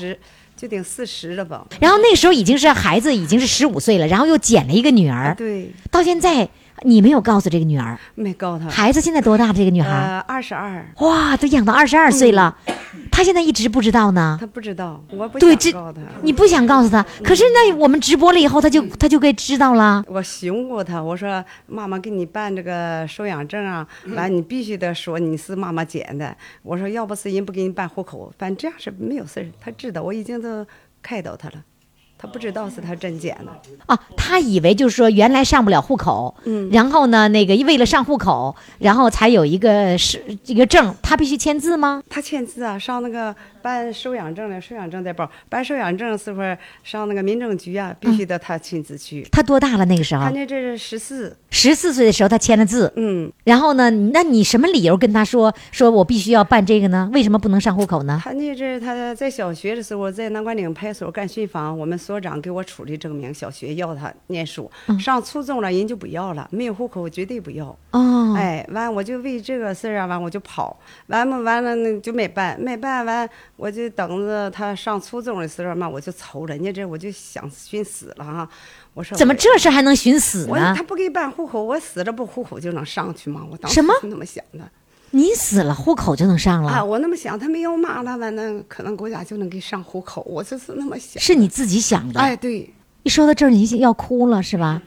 Speaker 10: 就顶四十了吧？
Speaker 3: 然后那时候已经是孩子已经是十五岁了，然后又捡了一个女儿，
Speaker 10: 对，
Speaker 3: 到现在你没有告诉这个女儿，
Speaker 10: 没告他。
Speaker 3: 孩子现在多大？这个女孩？
Speaker 10: 呃，二十二，
Speaker 3: 哇，都养到二十二岁了，
Speaker 10: 嗯
Speaker 3: 他现在一直不知道呢。
Speaker 10: 他不知道，我不
Speaker 3: 对，
Speaker 10: 想
Speaker 3: 这
Speaker 10: 告他。
Speaker 3: 你不想告诉他，可是那我们直播了以后，他就他就该知道了。
Speaker 10: 我寻过他，我说妈妈给你办这个收养证啊，完你必须得说你是妈妈捡的。我说要不是人不给你办户口，反正这样是没有事儿。他知道我已经都开导他了，他不知道是他真捡的。
Speaker 3: 哦，他以为就是说原来上不了户口，嗯，然后呢，那个为了上户口，然后才有一个是一个证，他必须签字吗？
Speaker 10: 他签字啊，上那个办收养证的，收养证在报，办收养证是不是上那个民政局啊，必须得他亲自去。
Speaker 3: 他多大了那个时
Speaker 10: 他
Speaker 3: 候？
Speaker 10: 那阵是十四，
Speaker 3: 十四岁的时候他签了字，
Speaker 10: 嗯，
Speaker 3: 然后呢，那你什么理由跟他说说我必须要办这个呢？为什么不能上户口呢？
Speaker 10: 他那阵儿他在小学的时候，在南关岭派出所干训房，我们所长给我处理证明，小学要他念书，
Speaker 3: 嗯
Speaker 10: 上初中了人就不要了，没有户口绝对不要。
Speaker 3: 哦，
Speaker 10: 哎，完我就为这个事儿啊，完我就跑，完嘛完了呢就没办，没办完我就等着他上初中的时候嘛，我就愁人家这我就想寻死了哈，我说
Speaker 3: 怎么
Speaker 10: 我
Speaker 3: 这事啊还能寻死
Speaker 10: 我
Speaker 3: 呢
Speaker 10: 他？不给办户口，我死了不户口就能上去吗？我当时
Speaker 3: 什么
Speaker 10: 就那么想的
Speaker 3: 你死了，户口就能上
Speaker 10: 啊？
Speaker 3: 了，
Speaker 10: 我那么想，他没有妈了，完了可能国家就能给上户口，我就是那么想。
Speaker 3: 是你自己想的。
Speaker 10: 哎，对，
Speaker 3: 一说到这儿，你就要哭了是吧？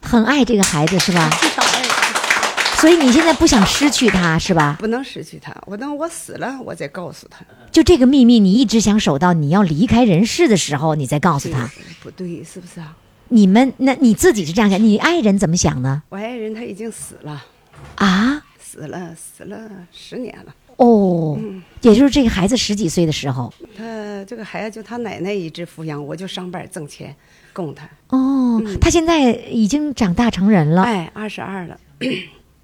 Speaker 3: 很爱这个孩子 是吧？
Speaker 10: 非常爱他，
Speaker 3: 所以你现在不想失去他是吧？
Speaker 10: 不能失去他。我等我死了，我再告诉他。
Speaker 3: 就这个秘密，你一直想守到你要离开人世的时候，你再告诉他。
Speaker 10: 这个不对，是不是啊？
Speaker 3: 你们那你自己是这样想，你爱人怎么想呢？
Speaker 10: 我爱人他已经死了。
Speaker 3: 啊，
Speaker 10: 死了，死了十年了。
Speaker 3: 哦，也就是这个孩子十几岁的时候，
Speaker 10: 他这个孩子就他奶奶一直抚养，我就上班挣钱供他。
Speaker 3: 哦，他现在已经长大成人了，
Speaker 10: 哎，二十二了，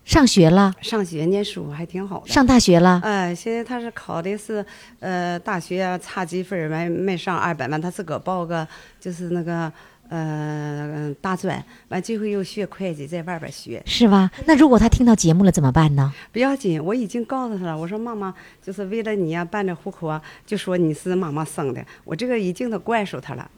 Speaker 3: 上学了，
Speaker 10: 上学念书还挺好的。
Speaker 3: 上大学 了，
Speaker 10: 哎，现在他是考的是，呃，大学啊，差几分儿没没上二本，完他自个儿报个就是那个呃大专，完这回又学会计，在外边学。
Speaker 3: 是吧？那如果他听到节目了怎么办呢？
Speaker 10: 不要紧，我已经告诉他了。我说妈妈，就是为了你呀、办这户口啊，就说你是妈妈生的。我这个已经都灌输他了。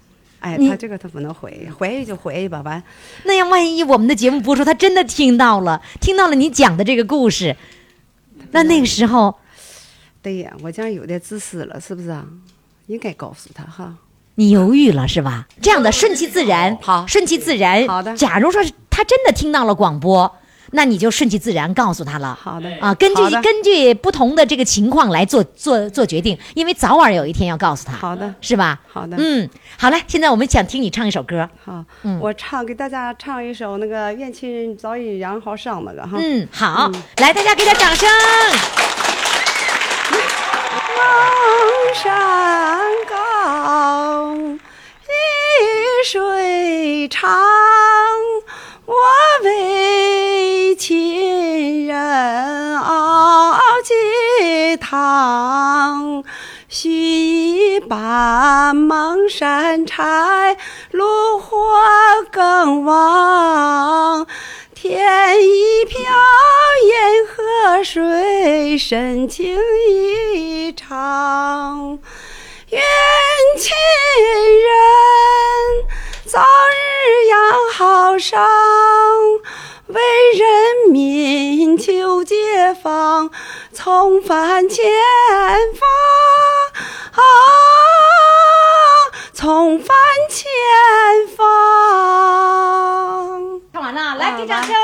Speaker 10: 哎，
Speaker 3: 你
Speaker 10: 他这个他不能回忆，回忆就回忆吧，完
Speaker 3: 那样万一我们的节目播出，他真的听到了，听到了你讲的这个故事，那那个时候
Speaker 10: 对呀，我这样有点自私了，是不是啊？应该告诉他哈。
Speaker 3: 你犹豫了是吧？这样的顺其自然，
Speaker 10: 好
Speaker 3: 顺其自然。
Speaker 10: 好的
Speaker 3: 假如说是他真的听到了广播，那你就顺其自然告诉他了。
Speaker 10: 好的
Speaker 3: 啊，根据
Speaker 10: 好的
Speaker 3: 根据不同的这个情况来做做做决定，因为早晚有一天要告诉他。
Speaker 10: 好的
Speaker 3: 是吧？
Speaker 10: 好的
Speaker 3: 嗯，好嘞。现在我们想听你唱一首歌。
Speaker 10: 好，我唱给大家唱一首那个《愿亲人早已养好伤》那个哈。
Speaker 3: 嗯，好，来，大家给点掌声。
Speaker 10: 望山高，一水长。我为亲人熬鸡汤，须一把蒙山柴，炉火更旺。天一飘，烟和水，深情一场。愿亲人早日养好伤，为人民求解放，重返前啊方，重返前方。
Speaker 3: 唱完了，来给掌声。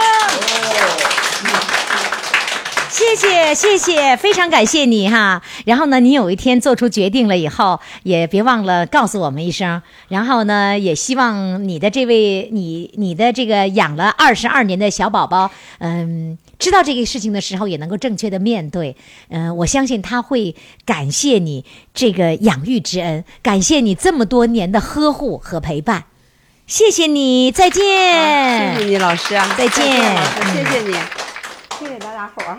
Speaker 3: 谢谢谢谢，非常感谢你哈。然后呢，你有一天做出决定了以后，也别忘了告诉我们一声。然后呢，也希望你的这位你你的这个养了二十二年的小宝宝，嗯，知道这个事情的时候也能够正确的面对。嗯，我相信他会感谢你这个养育之恩，感谢你这么多年的呵护和陪伴。谢谢你，再见。
Speaker 10: 谢谢你老师啊，
Speaker 3: 再见
Speaker 10: 老师，谢谢你，谢谢大家伙儿啊。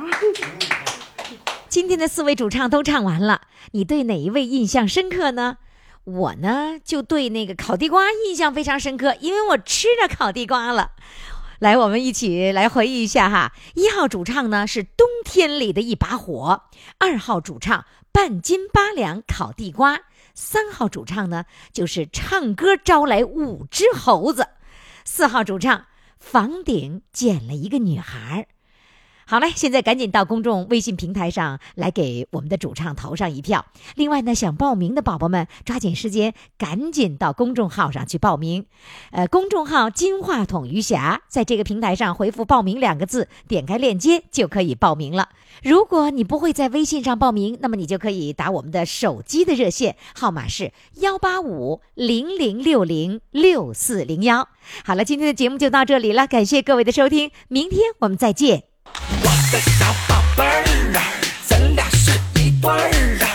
Speaker 3: 今天的四位主唱都唱完了，你对哪一位印象深刻呢？我呢，就对那个烤地瓜印象非常深刻，因为我吃着烤地瓜了。来，我们一起来回忆一下哈。一号主唱呢是《冬天里的一把火》，二号主唱半斤八两烤地瓜，三号主唱呢就是唱歌招来五只猴子，四号主唱房顶捡了一个女孩儿。好嘞，现在赶紧到公众微信平台上来给我们的主唱投上一票。另外呢，想报名的宝宝们抓紧时间，赶紧到公众号上去报名。呃，公众号“金话筒余霞”在这个平台上回复“报名”两个字，点开链接就可以报名了。如果你不会在微信上报名，那么你就可以打我们的手机的热线，号码是幺八五零零六零六四零幺。好了，今天的节目就到这里了，感谢各位的收听，明天我们再见。
Speaker 2: 我的小宝贝儿啊，咱俩是一对儿啊，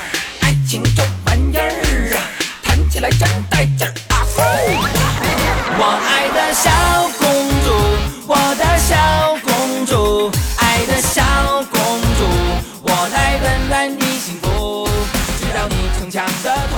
Speaker 2: 爱情这玩意儿啊，谈起来真带劲儿啊！呼我爱的小公主，我的小公主，爱的小公主，我来温暖你幸福，直到你逞强的痛。